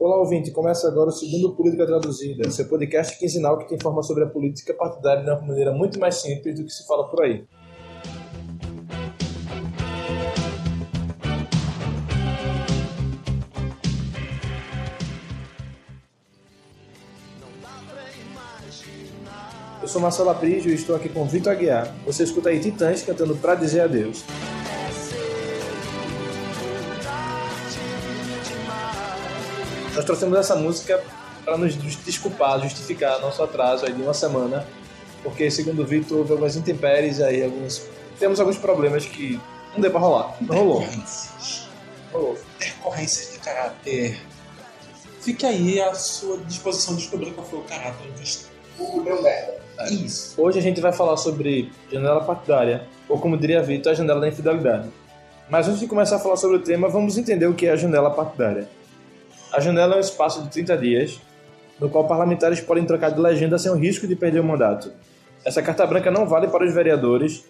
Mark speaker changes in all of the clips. Speaker 1: Olá, ouvinte. Começa agora o segundo Política Traduzida, seu podcast quinzenal que te informa sobre a política partidária de uma maneira muito mais simples do que se fala por aí. Eu sou Marcelo Aprígio e estou aqui com Vitor Aguiar. Você escuta aí Titãs cantando Pra Dizer Adeus. Nós trouxemos essa música para nos desculpar, justificar nosso atraso aí de uma semana, porque segundo o Vitor houve algumas intempéries aí, alguns temos alguns problemas que não deu para rolar. Não rolou.
Speaker 2: Intercorrências.
Speaker 1: Rolou.
Speaker 2: Intercorrências de caráter. Fique aí à sua disposição de descobrir qual foi o caráter investido.
Speaker 3: O meu merda.
Speaker 2: Isso.
Speaker 1: Hoje a gente vai falar sobre janela partidária, ou como diria Vitor, a janela da infidelidade. Mas antes de começar a falar sobre o tema, vamos entender o que é a janela partidária. A janela é um espaço de 30 dias, no qual parlamentares podem trocar de legenda sem o risco de perder o mandato. Essa carta branca não vale para os vereadores,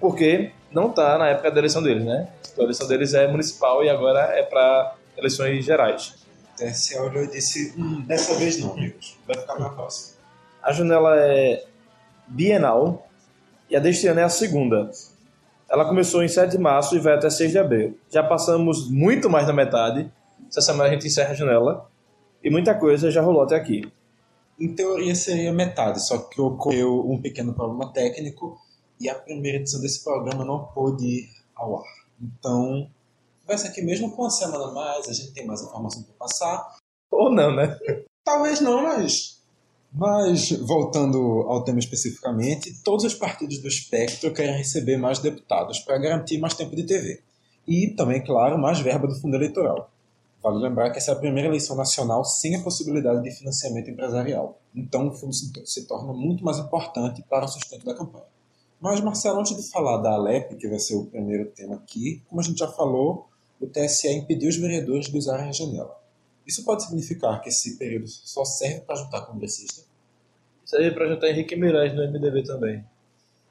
Speaker 1: porque não está na época da eleição deles, né? A eleição deles é municipal e agora é para eleições gerais.
Speaker 2: Desce olhou e disse: hum, dessa vez não, amigos. Vai ficar pra próxima.
Speaker 1: A janela é bienal e a deste ano é a segunda. Ela começou em 7 de março e vai até 6 de abril. Já passamos muito mais da metade. Essa semana a gente encerra a janela e muita coisa já rolou até aqui.
Speaker 2: Em teoria seria metade, só que ocorreu um pequeno problema técnico e a primeira edição desse programa não pôde ir ao ar. Então, vai ser aqui mesmo com uma semana a mais, a gente tem mais informação para passar.
Speaker 1: Ou não, né?
Speaker 2: Talvez não, mas. Mas, voltando ao tema especificamente, todos os partidos do espectro querem receber mais deputados para garantir mais tempo de TV. E também, claro, mais verba do fundo eleitoral. Vale lembrar que essa é a primeira eleição nacional sem a possibilidade de financiamento empresarial. Então, o fundo se to- se torna muito mais importante para o sustento da campanha. Mas, Marcelo, antes de falar da Alep, que vai ser o primeiro tema aqui, como a gente já falou, o TSE impediu os vereadores de usarem a janela. Isso pode significar que esse período só serve para juntar congressista.
Speaker 1: Serve para é juntar Henrique Mirage no MDB também.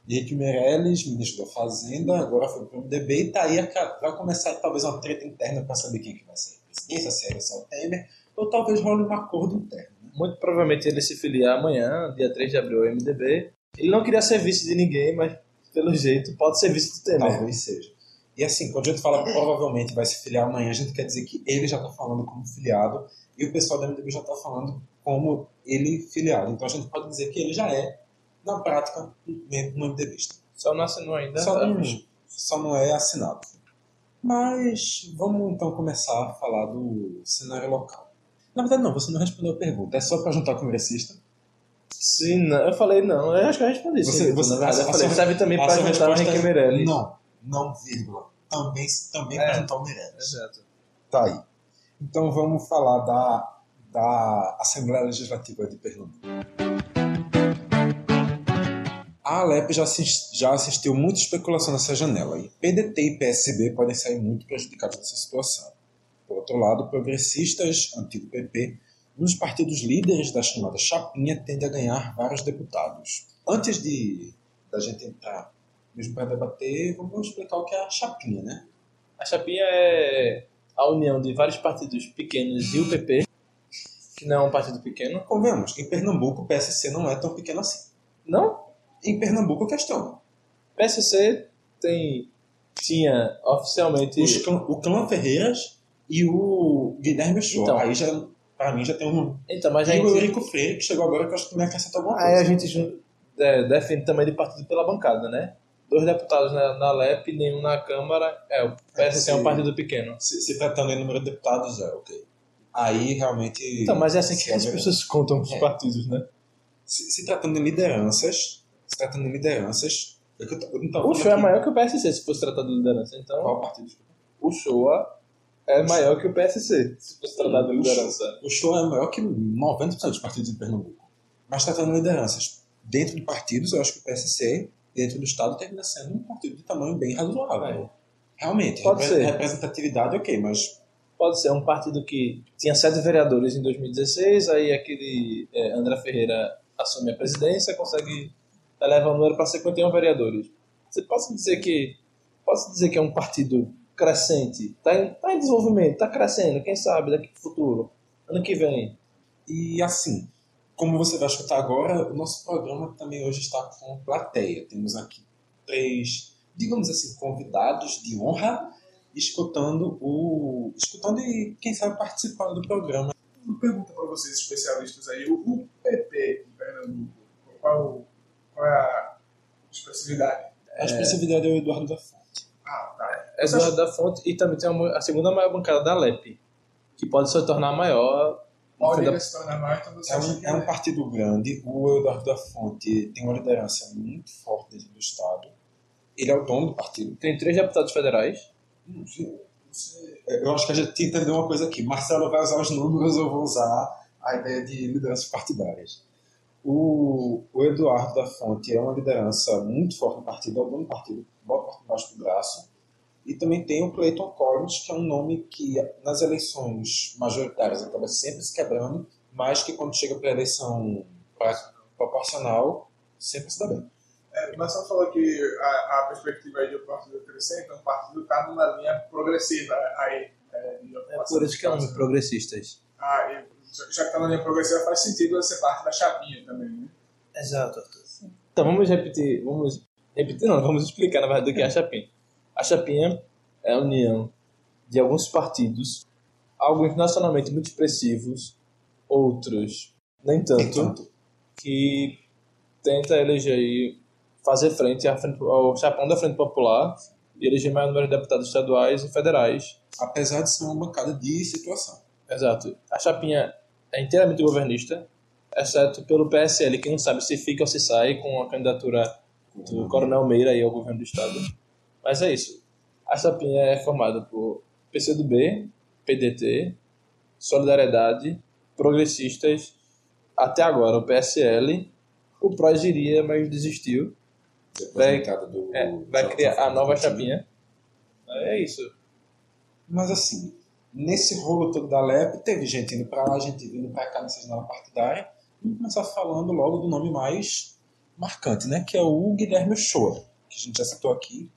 Speaker 2: Henrique Meirelles, ministro da Fazenda, agora foi para o MDB e tá aí a ca- vai começar talvez uma treta interna para saber quem que vai ser presidência, se é eleição Temer, ou talvez role um acordo interno. né?
Speaker 1: Muito provavelmente ele se filiar amanhã, dia 3 de abril, ao MDB. Ele não queria ser vice de ninguém, mas pelo jeito pode ser vice do Temer.
Speaker 2: Talvez seja. E assim, quando a gente fala provavelmente vai se filiar amanhã, a gente quer dizer que ele já está falando como filiado e o pessoal da MDB já está falando como ele filiado. Então a gente pode dizer que ele já é, na prática, um membro do MDBista.
Speaker 1: Só não assinou ainda.
Speaker 2: Só
Speaker 1: tá?
Speaker 2: não, Né? É, só não é assinado. Mas vamos então começar a falar do cenário local. Na verdade, não, você não respondeu a pergunta. É só para juntar congressista.
Speaker 1: Sim, não. Eu falei não. Eu acho que eu respondi.
Speaker 2: Você-
Speaker 1: sim, Vitor,
Speaker 2: você-
Speaker 1: na verdade.
Speaker 2: a
Speaker 1: eu
Speaker 2: sua-
Speaker 1: falei, serve também
Speaker 2: a
Speaker 1: para
Speaker 2: sua
Speaker 1: juntar o
Speaker 2: resposta
Speaker 1: Henrique
Speaker 2: é
Speaker 1: Meirelles.
Speaker 2: Não, não, vírgula. Também, também
Speaker 1: É.
Speaker 2: para juntar o Meirelles.
Speaker 1: Exato.
Speaker 2: Tá aí. Então vamos falar da, da Assembleia Legislativa de Pernambuco. A Alep já, assis- já assistiu muita especulação nessa janela e PDT e PSB podem sair muito prejudicados nessa situação. Por outro lado, progressistas, antigo PP, um dos partidos líderes da chamada Chapinha tende a ganhar vários deputados. Antes de da gente entrar mesmo para debater, vamos explicar o que é a Chapinha, né?
Speaker 1: A chapinha é a união de vários partidos pequenos e o PP, que não é um partido pequeno.
Speaker 2: Convenhamos, em Pernambuco o PSC não é tão pequeno assim.
Speaker 1: Não?
Speaker 2: Em Pernambuco a questão.
Speaker 1: PSC tem, tinha oficialmente...
Speaker 2: Os clã- o Clã Ferreiras e o Guilherme Show.
Speaker 1: Então.
Speaker 2: aí já, pra mim, já tem um.
Speaker 1: Então, mas a
Speaker 2: E o
Speaker 1: gente...
Speaker 2: Eurico Freire, que chegou agora, que eu acho que me acrescenta alguma
Speaker 1: Aí a
Speaker 2: coisa.
Speaker 1: gente jun- é, defende também de partido pela bancada, né? Dois deputados na, na LEP, nenhum na Câmara. É, o PSC é um
Speaker 2: porque-
Speaker 1: partido pequeno.
Speaker 2: Se, se tratando em número de deputados, é ok. Aí realmente.
Speaker 1: Então, mas é assim que
Speaker 2: Sim,
Speaker 1: as
Speaker 2: é verdade.
Speaker 1: pessoas contam os
Speaker 2: É.
Speaker 1: partidos, né?
Speaker 2: Se, se tratando de lideranças. Se tratando de lideranças. é que eu tô- eu não tava
Speaker 1: O
Speaker 2: falando
Speaker 1: show é
Speaker 2: aqui
Speaker 1: maior que o PSC, se fosse tratado de liderança. Então,
Speaker 2: qual é partido.
Speaker 1: o Shoa é maior que o PSC, se fosse tratado de
Speaker 2: Hum, O Shoa-
Speaker 1: liderança.
Speaker 2: O show é maior que 90% dos partidos em Pernambuco. Mas tratando de lideranças dentro de partidos, eu acho que o PSC, dentro do Estado, termina sendo um partido de tamanho bem razoável. Realmente,
Speaker 1: É. Pode
Speaker 2: repre-
Speaker 1: ser.
Speaker 2: representatividade, ok, mas
Speaker 1: Pode ser um partido que tinha sete vereadores em 2016, aí aquele é, André Ferreira assume a presidência, consegue tá elevar o número para 51 vereadores. Você posso dizer que posso dizer que é um tá partido crescente, está em, tá em desenvolvimento, está crescendo, quem sabe daqui para o futuro. Ano que vem.
Speaker 2: E assim, como você vai escutar agora, o nosso programa também hoje está com plateia. Temos aqui três, digamos assim, convidados de honra escutando o. escutando e quem sabe participando do programa.
Speaker 3: Uma pergunta para vocês especialistas aí. O- O PP em Pernambuco, qual, qual é a expressividade?
Speaker 2: A expressividade é o Eduardo da Fonte.
Speaker 3: Ah, tá.
Speaker 1: Essa é da fonte e também tem a mu- a segunda maior bancada da LEP, que pode se tornar maior. no fim
Speaker 3: Pode
Speaker 1: da-
Speaker 3: ainda se tornar maior, então você
Speaker 2: É
Speaker 3: acha
Speaker 2: um,
Speaker 3: que
Speaker 2: é um partido grande. O Eduardo da Fonte tem uma liderança muito forte dentro do Estado. Ele é o dono do partido.
Speaker 1: Tem três deputados federais.
Speaker 2: Hum,
Speaker 3: você-
Speaker 2: é, Eu acho que a gente tem que entender uma coisa aqui. Marcelo vai usar os números, eu vou usar a ideia de lideranças partidárias. O, o Eduardo da Fonte é uma liderança muito forte no partido, é o dono do partido, bota por debaixo do braço. E também tem o Clayton Collins, que é um nome que nas eleições majoritárias acaba sempre se quebrando, mas que quando chega para a eleição pra- proporcional, sempre se dá bem.
Speaker 3: É, mas só falou que a, a perspectiva aí de um partido crescer, então o partido está numa linha progressiva aí. É, de
Speaker 1: É
Speaker 3: ocupação
Speaker 1: por isso que é
Speaker 3: de
Speaker 1: um
Speaker 3: casa.
Speaker 1: de progressistas.
Speaker 3: Ah, e já já que está na linha progressiva, faz sentido ela ser parte da chapinha também, né?
Speaker 1: Exato, Então vamos repetir, vamos repetir não, vamos explicar na verdade o que é a chapinha. A chapinha é a união de alguns partidos, alguns nacionalmente muito expressivos, outros nem tanto, que tenta eleger aí, fazer frente, à frente ao chapão da Frente Popular e eleger maior número de deputados estaduais e federais.
Speaker 2: Apesar de ser uma bancada de situação.
Speaker 1: Exato. A chapinha é inteiramente governista, exceto pelo PSL, que não sabe se fica ou se sai com a candidatura do Coronel Meira aí ao governo do estado. Mas é isso. A chapinha é formada por PCdoB, PDT, Solidariedade, Progressistas, até agora o PSL, o PROS iria, mas desistiu.
Speaker 2: Depois da
Speaker 1: Vai-
Speaker 2: entrada do-
Speaker 1: É, vai
Speaker 2: da-
Speaker 1: criar a
Speaker 2: da-
Speaker 1: nova
Speaker 2: do-
Speaker 1: chapinha. É isso.
Speaker 2: Mas assim, nesse rolo todo da LEP, teve gente indo pra lá, gente vindo pra cá nessa janela partidária. Vamos começar falando logo do nome mais marcante, né? Que é o Guilherme Ochoa, que a gente já citou aqui,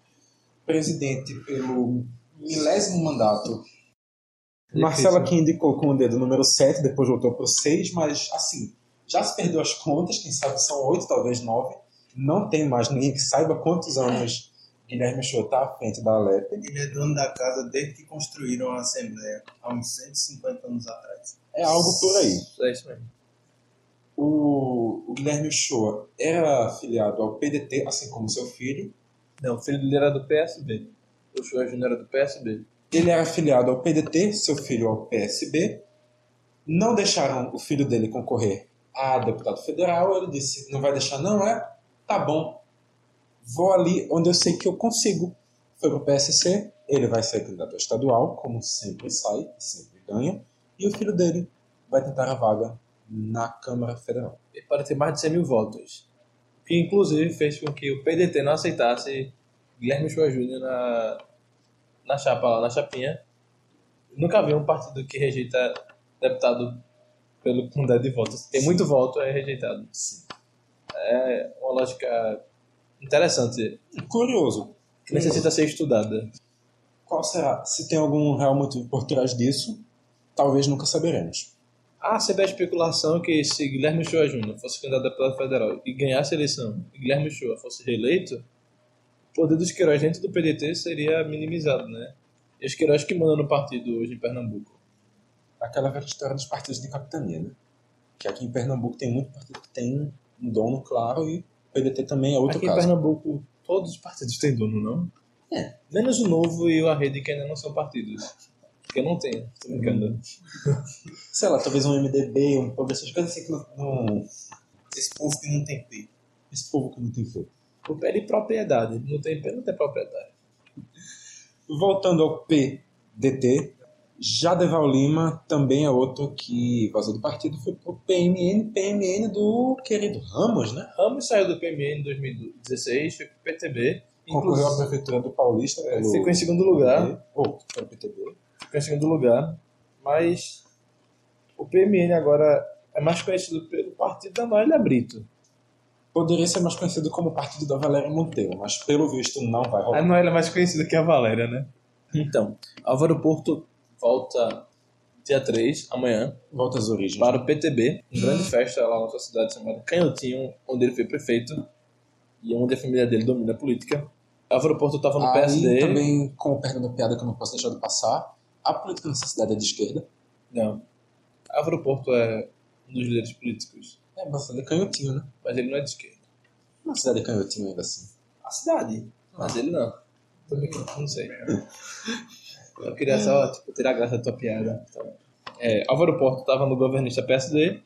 Speaker 2: presidente pelo milésimo mandato. Marcelo
Speaker 1: né?
Speaker 2: aqui indicou com o dedo número 7, depois voltou pro 6, mas assim, já se perdeu as contas, quem sabe são 8, talvez 9. Não tem mais ninguém que saiba quantos anos Guilherme Ochoa está à frente da LEP.
Speaker 4: Ele é dono da casa desde que construíram a Assembleia, há uns 150 anos atrás.
Speaker 2: É algo por aí.
Speaker 1: É isso mesmo.
Speaker 2: O, o Guilherme Ochoa era filiado ao PDT, assim como seu filho.
Speaker 1: Não, o filho dele era do PSB. O Shoa Júnior era do PSB.
Speaker 2: Ele era filiado ao PDT, seu filho ao PSB. Não deixaram o filho dele concorrer a deputado federal. Ele disse: não vai deixar, não é? Tá bom. Vou ali onde eu sei que eu consigo. Foi pro PSC. Ele vai ser candidato a estadual, como sempre sai, sempre ganha. E o filho dele vai tentar a vaga na Câmara Federal.
Speaker 1: E para ter mais de 100 mil votos. Que inclusive fez com que o PDT não aceitasse Guilherme Shoa Júnior na, na chapa lá, na chapinha. Nunca vi um partido que rejeita deputado pelo quantidade de votos. Tem muito voto, é rejeitado. É uma lógica interessante,
Speaker 2: Curioso,
Speaker 1: que necessita ser estudada.
Speaker 2: Qual será? Se tem algum real motivo por trás disso, talvez nunca saberemos.
Speaker 1: Ah, sempre a especulação que se Guilherme Shoa Júnior fosse candidato a deputado federal e ganhasse a eleição e Guilherme Shoa fosse reeleito, o poder dos Queiroz dentro do PDT seria minimizado, né? E os Queiroz que mandam no partido hoje em Pernambuco.
Speaker 2: Aquela velha história dos partidos de capitania, né? Que aqui em Pernambuco tem muito partido que tem um dono claro e o PDT também é outro
Speaker 1: Aqui em
Speaker 2: caso.
Speaker 1: Pernambuco, todos os partidos têm dono, não?
Speaker 2: É.
Speaker 1: Menos o Novo e o A Rede, que ainda não são partidos. Porque não tem, tô brincando.
Speaker 2: Sei lá, talvez um MDB, um povo dessas coisas assim que não, não-
Speaker 4: Esse povo que não tem peito.
Speaker 2: Esse povo que não tem feito.
Speaker 1: O PL é propriedade, não tem P, não tem propriedade.
Speaker 2: Voltando ao PDT, Jadeval Lima também é outro que vazou do partido, foi pro PMN, PMN do querido Ramos, né?
Speaker 1: Ramos saiu do PMN em 2016, foi pro PTB.
Speaker 2: Concorreu à prefeitura do Paulista. né, pelo
Speaker 1: ficou em segundo lugar.
Speaker 2: PTB, Ou pelo PTB.
Speaker 1: ficou em segundo lugar. Mas o PMN agora é mais conhecido pelo partido da Noelia Brito.
Speaker 2: Poderia ser mais conhecido como Partido da Valéria Monteiro, mas pelo visto não vai
Speaker 1: A
Speaker 2: rolar.
Speaker 1: Noelia é mais conhecida que a Valéria, né? Então, Álvaro Porto volta dia 3, amanhã,
Speaker 2: Volta às origens.
Speaker 1: para o PTB, uma grande festa lá na sua cidade chamada Canhotinho, onde ele foi prefeito e onde a família dele domina a política. Álvaro Porto estava no
Speaker 2: Aí,
Speaker 1: PSD.
Speaker 2: também, como perna da piada que eu não posso deixar de passar, a política nessa cidade é de esquerda.
Speaker 1: Não. Álvaro Porto é um dos líderes políticos,
Speaker 2: É, mas é canhotinho, né?
Speaker 1: mas ele não é de esquerda.
Speaker 2: Uma cidade é canhotinho ainda assim.
Speaker 1: A cidade, mas ele não. Tô brincando, não sei. Eu queria só tipo, tirar a graça da tua piada. Então, é, Álvaro Porto estava no governista PSD,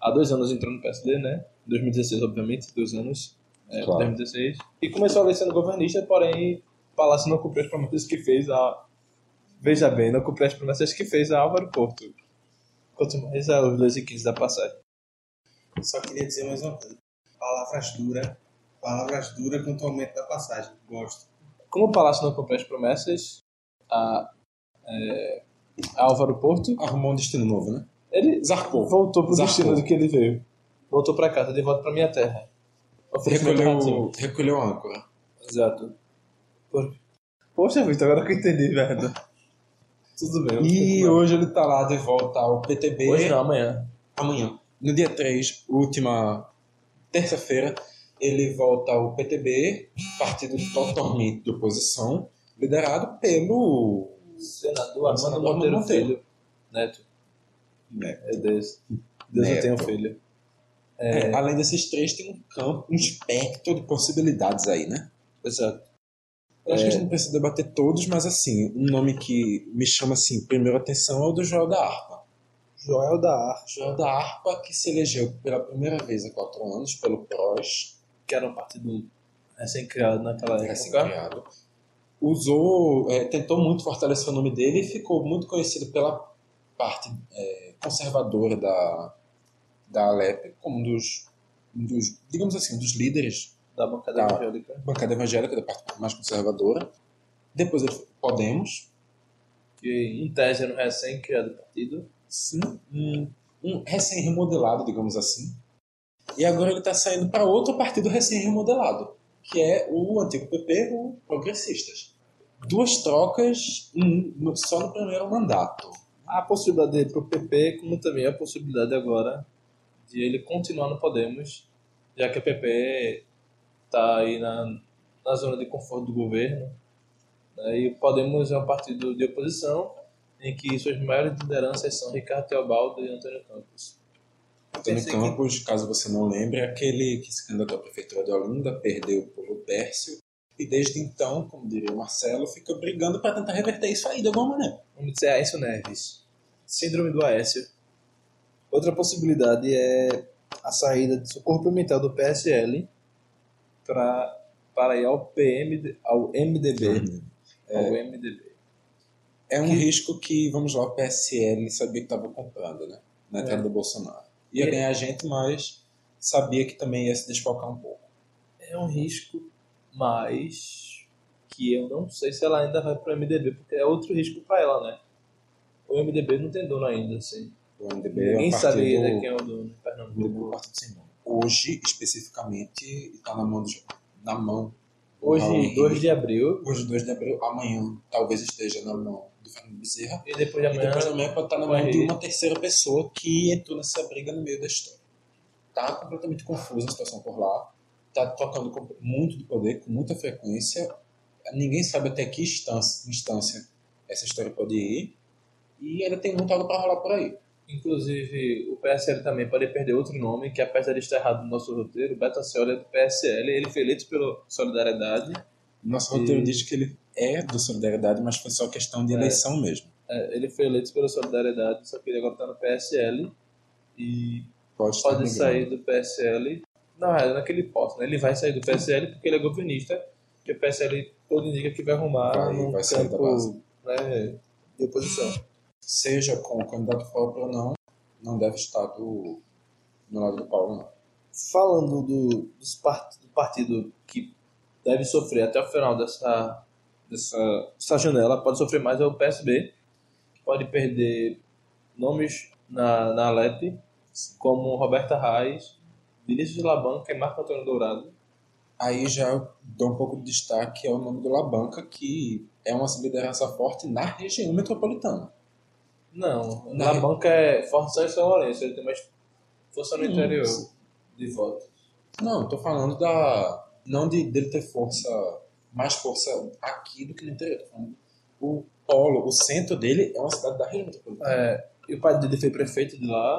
Speaker 1: há dois anos entrou no PSD, né? 2016, obviamente, dois anos. É,
Speaker 2: Claro.
Speaker 1: 2016. E começou ali sendo governista, porém, Palácio não cumpriu as promessas que fez a. Veja bem, não cumpriu as promessas que fez a Álvaro Porto. Quanto mais aos 2 e 15 da passagem.
Speaker 4: Só queria dizer mais uma coisa. Palavras duras. Palavras duras quanto ao aumento da passagem. Gosto.
Speaker 1: Como o Palácio não cumpriu as promessas, a. É, a Álvaro Porto
Speaker 2: Arrumou um destino novo, né?
Speaker 1: Ele
Speaker 2: Zarpou.
Speaker 1: voltou pro
Speaker 2: Zarpou.
Speaker 1: destino do que ele veio. Voltou pra casa, de volta pra minha terra. Oferecimento ratinho.
Speaker 2: Recolheu, recolheu a âncora.
Speaker 1: Exato. Por- Poxa, Vitor, agora que eu entendi, velho. Tudo bem. eu
Speaker 2: E
Speaker 1: continuo.
Speaker 2: hoje ele tá lá de volta ao PTB.
Speaker 1: é. Hoje não, amanhã.
Speaker 2: Amanhã. No dia 3, última terça-feira, ele volta ao PTB, partido totalmente de oposição, liderado pelo.
Speaker 1: Senador Armando
Speaker 2: Senador
Speaker 1: Monteiro,
Speaker 2: Monteiro.
Speaker 1: Filho. Neto.
Speaker 4: Neto.
Speaker 1: É Deus. Deus eu
Speaker 2: Neto.
Speaker 1: tenho um filho.
Speaker 2: É, além desses três, tem um campo, um espectro de possibilidades aí, né?
Speaker 1: Exato.
Speaker 2: Eu acho que a
Speaker 1: É.
Speaker 2: gente não precisa debater todos, mas assim, um nome que me chama assim, primeiro a atenção é o do Joel da Harpa.
Speaker 1: Joel da Ar.
Speaker 2: Joel da Harpa, que se elegeu pela primeira vez há quatro anos pelo PROS,
Speaker 1: Que era um partido recém-criado naquela época.
Speaker 2: recém-criado, usou, é, tentou muito fortalecer o nome dele e ficou muito conhecido pela parte é, conservadora da, da Alep, como um dos, um dos, digamos assim, um dos líderes
Speaker 1: Da bancada
Speaker 2: Tá.
Speaker 1: evangélica.
Speaker 2: bancada evangélica, da parte mais conservadora. Depois ele foi pro Podemos.
Speaker 1: Que em tese era um recém-criado partido.
Speaker 2: Sim, um, um recém-remodelado, digamos assim. E agora ele está saindo para outro partido recém-remodelado, que é o antigo PP, o Progressistas. Duas trocas um, no- só no primeiro mandato.
Speaker 1: a possibilidade dele pro PP, como também a possibilidade agora de ele continuar no Podemos, já que o PP tá aí na, na zona de conforto do governo. né, E o Podemos é um partido de oposição em que suas maiores lideranças são Ricardo Teobaldo e Antônio Campos.
Speaker 2: Antônio
Speaker 4: Pensei que-
Speaker 2: Campos, caso você não lembre, é aquele que se candidatou à prefeitura de Olinda, perdeu pelo Pércio, e desde então, como diria o Marcelo, fica brigando para tentar reverter isso aí de alguma maneira.
Speaker 1: Vamos dizer Aécio Neves. Síndrome do Aécio. Outra possibilidade é a saída de socorro pimentel do PSL pra, para ir ao PMD, ao MDB.
Speaker 2: Uhum.
Speaker 1: Ao MDB.
Speaker 2: É um risco que, vamos lá, o PSL sabia que estava comprando, né? Na entrada do Bolsonaro. Ia
Speaker 1: É.
Speaker 2: ganhar gente, mas sabia que também ia se desfocar um pouco.
Speaker 1: É um risco, mas que eu não sei se ela ainda vai pro MDB, porque é outro risco para ela, né? O MDB não tem dono ainda, assim.
Speaker 2: O MDB é um
Speaker 1: Ninguém
Speaker 2: partido,
Speaker 1: sabe ainda quem é o dono em
Speaker 2: do
Speaker 1: Pernambuco.
Speaker 2: partido sem nome. Hoje, especificamente, está na mão do na mão. do Raul
Speaker 1: Hoje,
Speaker 2: Henrique.
Speaker 1: 2 de abril,
Speaker 2: Hoje, 2 de abril, amanhã talvez esteja na mão do Fernando Bezerra.
Speaker 1: e depois de
Speaker 2: E
Speaker 1: amanhã.
Speaker 2: depois também pode estar na
Speaker 1: Raul
Speaker 2: mão de
Speaker 1: Henrique.
Speaker 2: uma terceira pessoa que entrou nessa briga no meio da história. Tá completamente confusa a situação por lá. Tá tocando com muito de poder, com muita frequência. Ninguém sabe até que instância, instância essa história pode ir. E ainda tem muito algo para rolar por aí.
Speaker 1: Inclusive, o PSL também pode perder outro nome, que apesar de estar errado no nosso roteiro, Beto Cioli é do PSL, ele foi eleito pelo Solidariedade.
Speaker 2: Nosso
Speaker 1: E-
Speaker 2: roteiro diz que ele é do Solidariedade, mas foi só questão de eleição mesmo.
Speaker 1: É, ele foi eleito pela Solidariedade, só que ele agora está no PSL. E
Speaker 2: Pode, estar
Speaker 1: pode
Speaker 2: migrando.
Speaker 1: sair do PSL. Na verdade, naquele posto, né? Ele vai sair do PSL porque ele é governista, que o PSL todo indica que vai arrumar
Speaker 2: Vai-
Speaker 1: no
Speaker 2: vai sair da base.
Speaker 1: campo né, de oposição.
Speaker 2: Seja com o candidato próprio ou não, não deve estar do, do lado do Paulo, não.
Speaker 1: falando do, dos part- do partido que deve sofrer até o final dessa, dessa, dessa janela, pode sofrer mais é o PSB, que pode perder nomes na, na Alep, como Roberta Reis, Vinícius Labanca e Marco Antônio Dourado.
Speaker 2: Aí já eu dou um pouco de destaque ao nome do Labanca, que é uma liderança forte na região metropolitana.
Speaker 1: Não,
Speaker 2: Na-
Speaker 1: na banca é Força e São Lourenço, ele tem mais força no interior de voto.
Speaker 2: Não, tô falando da. Não de, dele ter força. Mais força aqui do que no interior. Tô falando O polo, o centro dele é uma cidade da região metropolitana.
Speaker 1: É, e o pai dele foi prefeito de lá,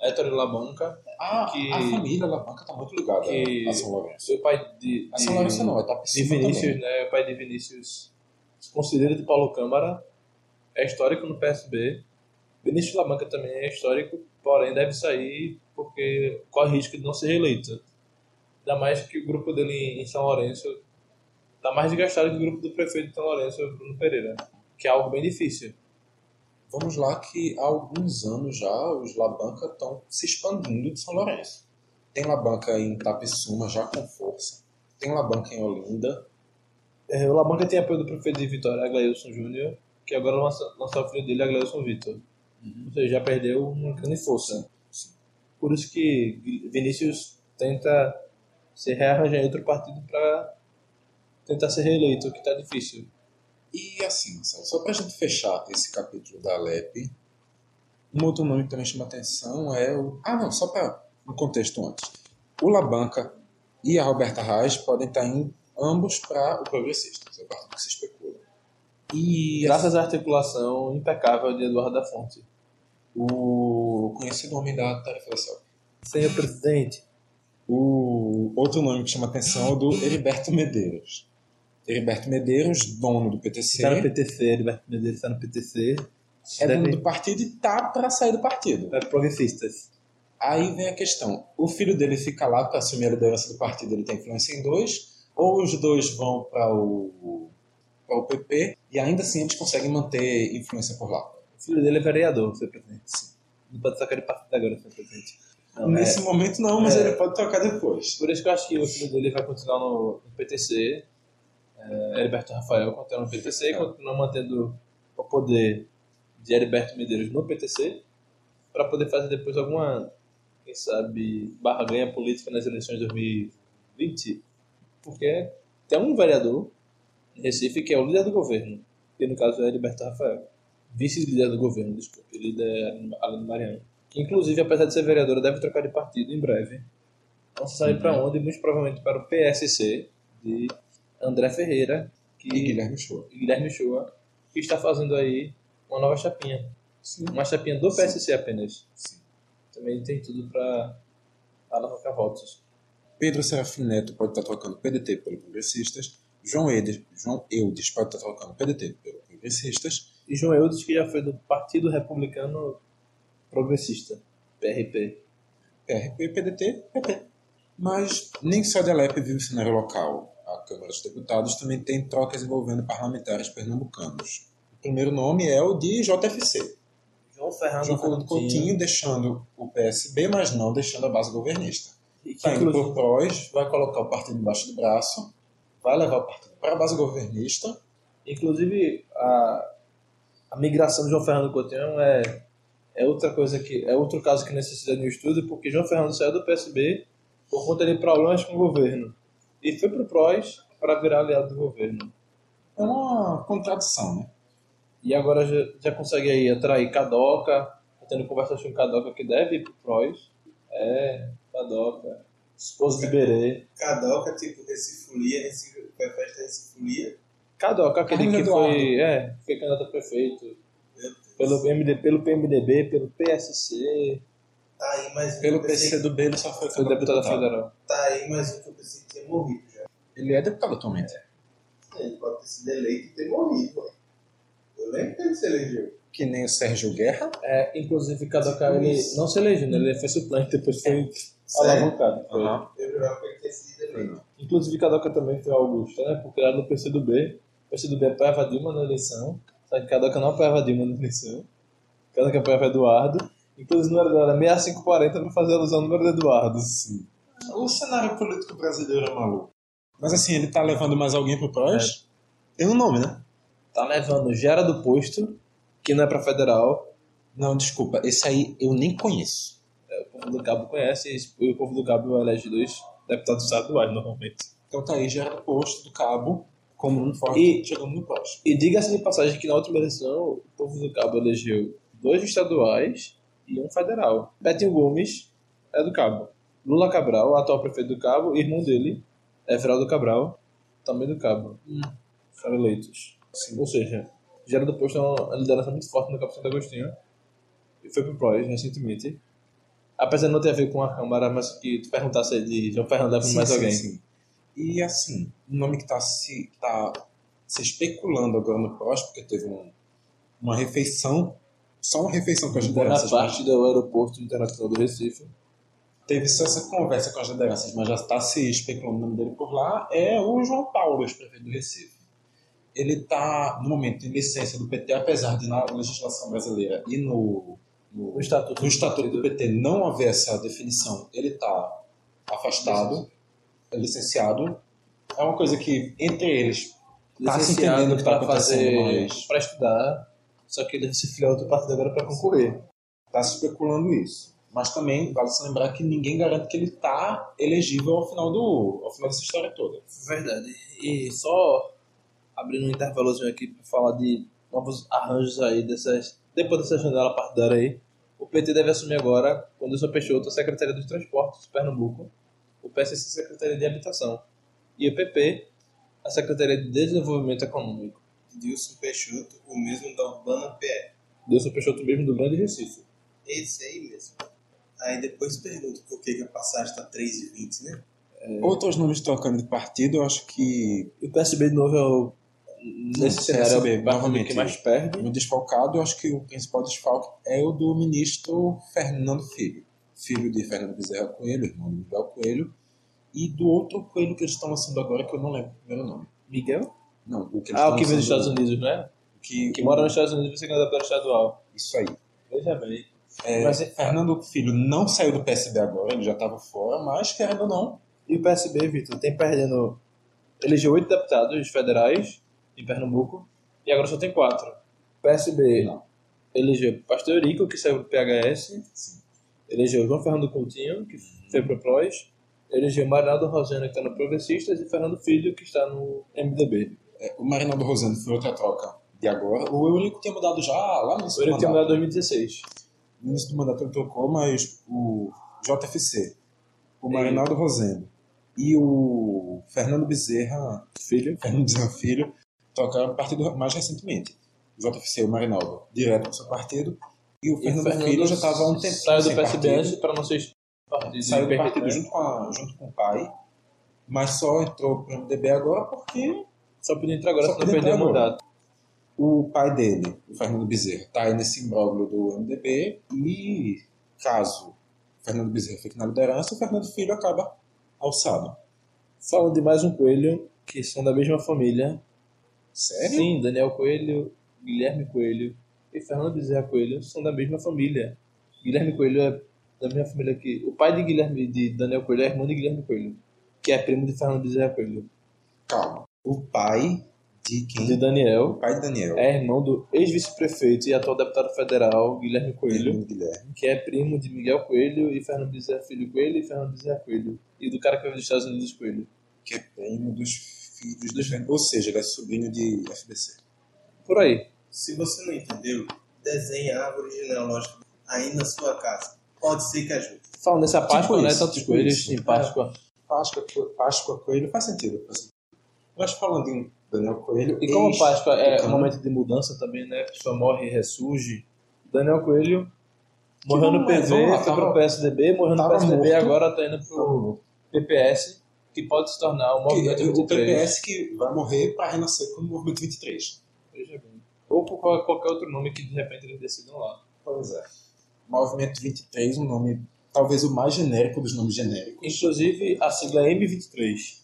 Speaker 1: Héctor Labanca.
Speaker 2: A,
Speaker 1: que-
Speaker 2: a família Alavanca tá muito ligada
Speaker 1: que-
Speaker 2: a São Lourenço.
Speaker 1: Seu pai de.
Speaker 2: A São Lourenço não, é
Speaker 1: de
Speaker 2: Tapicima
Speaker 1: Vinícius,
Speaker 2: também.
Speaker 1: né? O pai de Vinícius, conselheiro de Paulo Câmara, é histórico no PSB. Vinícius Lamanca também é histórico, porém deve sair porque corre risco de não ser reeleito. Ainda mais que o grupo dele em São Lourenço está mais desgastado que o grupo do prefeito de São Lourenço, Bruno Pereira, que é algo bem difícil.
Speaker 2: Vamos lá que há alguns anos já os Labanca estão se expandindo de São Lourenço. Tem Labanca em Tapicuma já com força. Tem Labanca em Olinda.
Speaker 1: É, o Lamanca tem apoio do prefeito de Vitória, Aglailson Júnior, que agora lança- lançou o filho dele, Aglailson Vitor. Ou seja, já perdeu uma grande força. Por isso que Vi- Vinícius tenta se rearranjar em outro partido para tentar ser reeleito, o que está difícil.
Speaker 2: E assim, só- só para a gente fechar esse capítulo da Alep, um outro nome que também chama atenção é o. Ah, não, só para um contexto antes. O Labanca e a Roberta Reis podem estar indo ambos para o Progressistas, é o partido que se especula.
Speaker 1: E graças à articulação impecável de Eduardo da Fonte.
Speaker 2: O conhecido homem da tarefa da selva.
Speaker 1: Senhor presidente,
Speaker 2: O outro nome que chama atenção é o do Heriberto Medeiros. Heriberto Medeiros, dono do PTC,
Speaker 1: está Tá no PTC, Heriberto Medeiros está tá no PTC,
Speaker 2: é dono
Speaker 1: deve-
Speaker 2: do partido e tá para sair do partido.
Speaker 1: é progressistas.
Speaker 2: Aí vem a questão: o filho dele fica lá para assumir a liderança do partido, ele tem influência em dois, ou os dois vão para o, pra o PP e ainda assim eles conseguem manter influência por lá.
Speaker 1: O filho dele é vereador, senhor presidente. Não pode sacar ele partido agora, senhor presidente. Não, é-
Speaker 2: Nesse momento não, mas
Speaker 1: é.
Speaker 2: ele pode tocar depois.
Speaker 1: Por isso que eu acho que o filho dele vai continuar no, no PTC. É, Heriberto Rafael continua no PTC,
Speaker 2: É.
Speaker 1: continua mantendo o poder de Heriberto Medeiros no PTC, para poder fazer depois alguma, quem sabe, barganha política nas eleições de 2020. Porque tem um vereador em Recife que é o líder do governo, que no caso é Heriberto Rafael. Vice-líder do governo, desculpe, líder Aline Mariano. Que, inclusive, apesar de ser vereadora, deve trocar de partido em breve. Não se sabe para onde, muito provavelmente para o PSC de André Ferreira que,
Speaker 2: E Guilherme Show.
Speaker 1: e Guilherme Shoa, que está fazendo aí uma nova chapinha. Uma chapinha do PSC apenas.
Speaker 2: Sim.
Speaker 1: Também tem tudo para alavancar votos.
Speaker 2: Pedro Serafim Neto pode estar trocando PDT pelo Progressistas. João Eudes, João Eudes pode estar trocando PDT pelo Progressistas.
Speaker 1: E João Eudes, que já foi do Partido Republicano Progressista, PRP.
Speaker 2: PRP, PDT, PP. Mas nem só de Alep vive o cenário local. A Câmara dos Deputados também tem trocas envolvendo parlamentares pernambucanos. O primeiro nome é o de JFC.
Speaker 1: João Fernando
Speaker 2: João Fernando Coutinho deixando o PSB, mas não deixando a base governista.
Speaker 1: E que,
Speaker 2: Está indo
Speaker 1: inclusive,
Speaker 2: por prós, vai colocar o partido embaixo do braço, vai levar o partido para a base governista.
Speaker 1: Inclusive, a, a migração de João Fernando Coutinho é, é outra coisa que é outro caso que necessita de um estudo, porque João Fernando saiu do PSB por conta de problemas com o governo e foi pro PROS para virar aliado do governo.
Speaker 2: É uma contradição, né?
Speaker 1: E agora já, já consegue aí atrair Cadoca, tá tendo conversas com Cadoca que deve ir pro PROS. É, Cadoca, esposa de Berê.
Speaker 4: Cadoca, tipo, Recifolia, Recife, foi a festa Recifolia.
Speaker 1: Cadoca, aquele
Speaker 2: Carlinho
Speaker 1: que foi, é, foi candidato a prefeito pelo, MD, pelo PMDB, pelo PSC,
Speaker 4: Tá aí mais um. que
Speaker 2: Pelo
Speaker 4: eu pensei-
Speaker 2: PC do B, ele só foi
Speaker 1: foi deputado federal.
Speaker 4: Tá aí mais um que eu pensei que tinha morrido já. É,
Speaker 2: Ele é deputado atualmente.
Speaker 4: Ele pode ter sido eleito e ter morrido, ué. Eu lembro que ele se elegeu.
Speaker 2: Que nem o Sérgio Guerra.
Speaker 1: É, inclusive, Kadoka ele não se elegeu, né? ele foi suplente, depois
Speaker 2: É.
Speaker 1: foi alavancado. foi.
Speaker 4: Eu jurava que ele tinha sido eleito.
Speaker 1: Inclusive, Kadoka também foi Augusta, né? Porque era do PCdoB. O PCdoB apoiava é Dilma na eleição, só que Kadoka não apoiava Dilma na eleição. Kadoka apoiava Eduardo. Inclusive, o número dela era 6540 pra fazer alusão ao número do Eduardo. Sim.
Speaker 2: O cenário político brasileiro é maluco. Mas assim, ele tá levando mais alguém pro prós? Tem um nome, né?
Speaker 1: Tá levando Gera do Posto, que não é pra federal.
Speaker 2: Não, desculpa. Esse aí eu nem conheço.
Speaker 1: É, O povo do Cabo conhece, e o povo do Cabo elege dois deputados estaduais, normalmente.
Speaker 2: Então tá aí, já era do posto do cabo, como um forte,
Speaker 1: E-
Speaker 2: chegando no prós.
Speaker 1: E diga-se de passagem que na última eleição o povo do Cabo elegeu dois estaduais e um federal. Betinho Gomes é do Cabo. Lula Cabral, atual prefeito do Cabo, irmão dele, Everaldo Cabral, também do Cabo.
Speaker 2: Hum.
Speaker 1: Foram eleitos. Ou seja, Geraldo Posto é uma liderança muito forte no Cabo Santo Agostinho. E foi pro PROS recentemente. Apesar de não ter a ver com a Câmara, mas que tu perguntasse aí de João Fernando é pra mais alguém.
Speaker 2: sim. E assim, um nome que está se, tá se especulando agora no PROS, porque teve um- uma refeição, só uma refeição com as lideranças, mas
Speaker 1: Bonaparte do Aeroporto Internacional do Recife.
Speaker 2: teve só essa conversa com as lideranças, mas já está se especulando o nome dele por lá, é o João Paulo, ex-prefeito do Recife. Ele está, no momento, em licença do PT, apesar de na legislação brasileira e no, no
Speaker 1: O Estatuto
Speaker 2: no estatuto do PT não haver essa definição, ele está afastado, é licenciado. É uma coisa que, entre eles, tá se
Speaker 1: licenciado
Speaker 2: entendendo o que tá
Speaker 1: pra
Speaker 2: acontecendo,
Speaker 1: fazer-
Speaker 2: mas-
Speaker 1: Pra estudar, só que ele se filiou a outro partido agora pra concorrer.
Speaker 2: está tá se especulando isso. Mas também vale se lembrar que ninguém garante que ele está elegível ao final, do, ao final dessa história toda.
Speaker 1: Verdade. E só abrindo um intervalozinho aqui pra falar de novos arranjos aí dessas. Depois dessa janela partidária aí, o PT deve assumir agora, quando o Peixoto, a Secretaria dos Transportes de Pernambuco, o PSC, a Secretaria de Habitação, e o PP, a Secretaria de Desenvolvimento Econômico.
Speaker 4: Dilson Peixoto, o mesmo da Urbana PE.
Speaker 1: Dilson Peixoto mesmo do Grande Recife.
Speaker 4: Esse aí mesmo. Aí depois pergunto por que, que a passagem tá 3,20, né?
Speaker 2: Outros nomes trocando de partido, eu acho que
Speaker 1: E o PSB de novo é o. Nesse
Speaker 2: Não,
Speaker 1: cenário, é o
Speaker 2: PSB,
Speaker 1: partido
Speaker 2: assim novamente.
Speaker 1: que mais perde.
Speaker 2: no desfalcado, eu acho que o principal desfalque é o do ministro Fernando Filho, filho de Fernando Bezerra Coelho, irmão de Miguel Coelho, e do outro coelho que eles estão lançando agora, que eu não lembro o primeiro nome.
Speaker 1: Miguel?
Speaker 2: Não, o que eles
Speaker 1: Ah,
Speaker 2: estão assim
Speaker 1: o que veio
Speaker 2: lançando-
Speaker 1: dos Estados Unidos, né?
Speaker 2: Que,
Speaker 1: Que mora nos Estados Unidos e vai ser candidato estadual.
Speaker 2: Isso aí.
Speaker 1: Veja bem.
Speaker 2: É,
Speaker 1: Mas é-
Speaker 2: Fernando Filho não saiu do PSB agora, ele já estava fora, mas querendo ou não,
Speaker 1: E o PSB, Vitor, tem perdendo. Elegeu oito deputados federais em Pernambuco e agora só tem quatro. O PSB
Speaker 2: Não.
Speaker 1: elegeu Pastor Rico, que saiu do PHS. Elegeu João Fernando Coutinho, que foi pro PROS. Elegeu Marinaldo Rosena, que está no Progressistas. E Fernando Filho, que está no MDB.
Speaker 2: é, o Marinaldo Rosendo foi outra troca de agora. O Eurico tinha mudado já lá no início
Speaker 1: O
Speaker 2: do
Speaker 1: Ele tem mudado
Speaker 2: mandato.
Speaker 1: em 2016.
Speaker 2: No início do mandato ele trocou, mas o JFC, o Marinaldo Rosendo e o Fernando Bezerra,
Speaker 1: Filho.
Speaker 2: Fernando Bezerra Filho, tocaram partido mais recentemente. O JFC e o Marinaldo, direto para o seu partido. E o
Speaker 1: E
Speaker 2: Fernando, Filho já estava há um tempo
Speaker 1: Saiu do
Speaker 2: sem
Speaker 1: PSB
Speaker 2: partido.
Speaker 1: antes para não ser partido.
Speaker 2: saiu do
Speaker 1: PRT,
Speaker 2: partido
Speaker 1: né?
Speaker 2: junto com, a- junto com o pai, mas só entrou pro MDB agora porque
Speaker 1: Só podia entrar agora
Speaker 2: Só
Speaker 1: se não
Speaker 2: podia
Speaker 1: perder o
Speaker 2: entrar agora.
Speaker 1: mandato.
Speaker 2: o pai dele, o Fernando Bezerra, tá aí nesse imbróglio do MDB e caso o Fernando Bezerra fique na liderança, o Fernando Filho acaba alçado.
Speaker 1: Falando de mais um coelho, que são da mesma família.
Speaker 2: Sério?
Speaker 1: Sim, Daniel Coelho, Guilherme Coelho e Fernando Bezerra Coelho são da mesma família. Guilherme Coelho é da mesma família que. O pai de Guilherme de Daniel Coelho é irmão de Guilherme Coelho, que é primo de Fernando Bezerra Coelho.
Speaker 2: Calma. O pai de
Speaker 1: De
Speaker 2: quem? O
Speaker 1: Daniel
Speaker 2: pai de Daniel.
Speaker 1: é irmão do ex-vice-prefeito e atual deputado federal Guilherme Coelho.
Speaker 2: Fernando Guilherme.
Speaker 1: que é primo de Miguel Coelho e Fernando Bezerra Filho Coelho e Fernando Bezerra Coelho. E do cara que veio dos Estados Unidos Coelho.
Speaker 2: Que é primo dos filhos do Fernando. Ou seja, ele é sobrinho de FBC.
Speaker 1: Por aí.
Speaker 4: Se você não entendeu, desenhe a árvore genealógica aí na sua casa. Pode ser que ajude.
Speaker 1: Falando nessa Páscoa, né?
Speaker 2: isso,
Speaker 1: Tantos
Speaker 2: tipo
Speaker 1: coelhos
Speaker 2: isso.
Speaker 1: em Páscoa.
Speaker 2: Páscoa, Co- Páscoa Coelho faz sentido. faz sentido. Mas falando em Daniel Coelho.
Speaker 1: E como
Speaker 2: ex-
Speaker 1: Páscoa é um
Speaker 2: Tucano.
Speaker 1: momento de mudança também, né? A pessoa morre e ressurge. Daniel Coelho morreu no
Speaker 2: não é,
Speaker 1: PV,
Speaker 2: vamos lá,
Speaker 1: foi
Speaker 2: tava-
Speaker 1: pro PSDB, morreu no
Speaker 2: tava
Speaker 1: PSDB
Speaker 2: morto.
Speaker 1: agora tá indo pro PPS, que pode se tornar o movimento
Speaker 2: Que- é, o
Speaker 1: 23.
Speaker 2: PPS que vai morrer para renascer como Movimento 23.
Speaker 1: Veja bem. Ou por qual- qualquer outro nome que de repente eles decidam lá.
Speaker 2: Pois é. Movimento 23, um nome talvez o mais genérico dos nomes genéricos.
Speaker 1: Inclusive a sigla é M23.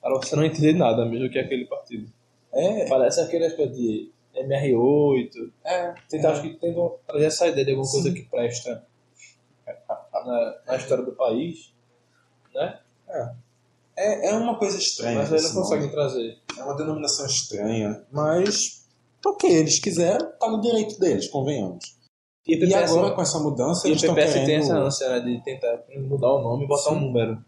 Speaker 1: Para você não entender nada mesmo que é aquele partido.
Speaker 2: É,
Speaker 1: Parece aquele aspecto de MR8.
Speaker 2: é.
Speaker 1: Tentar, acho que tentam trazer essa ideia de alguma coisa que presta na, na história do país. Né?
Speaker 2: É, é uma coisa estranha.
Speaker 1: Mas aí não
Speaker 2: esse nome.
Speaker 1: conseguem trazer.
Speaker 2: É uma denominação estranha. Mas, ok, eles quiseram, tá no direito deles, convenhamos.
Speaker 1: E o
Speaker 2: E
Speaker 1: PPS,
Speaker 2: agora é com essa mudança,
Speaker 1: e o
Speaker 2: eles estão
Speaker 1: PPS
Speaker 2: querendo...
Speaker 1: tem essa ânsia né, de tentar mudar o nome e botar um número.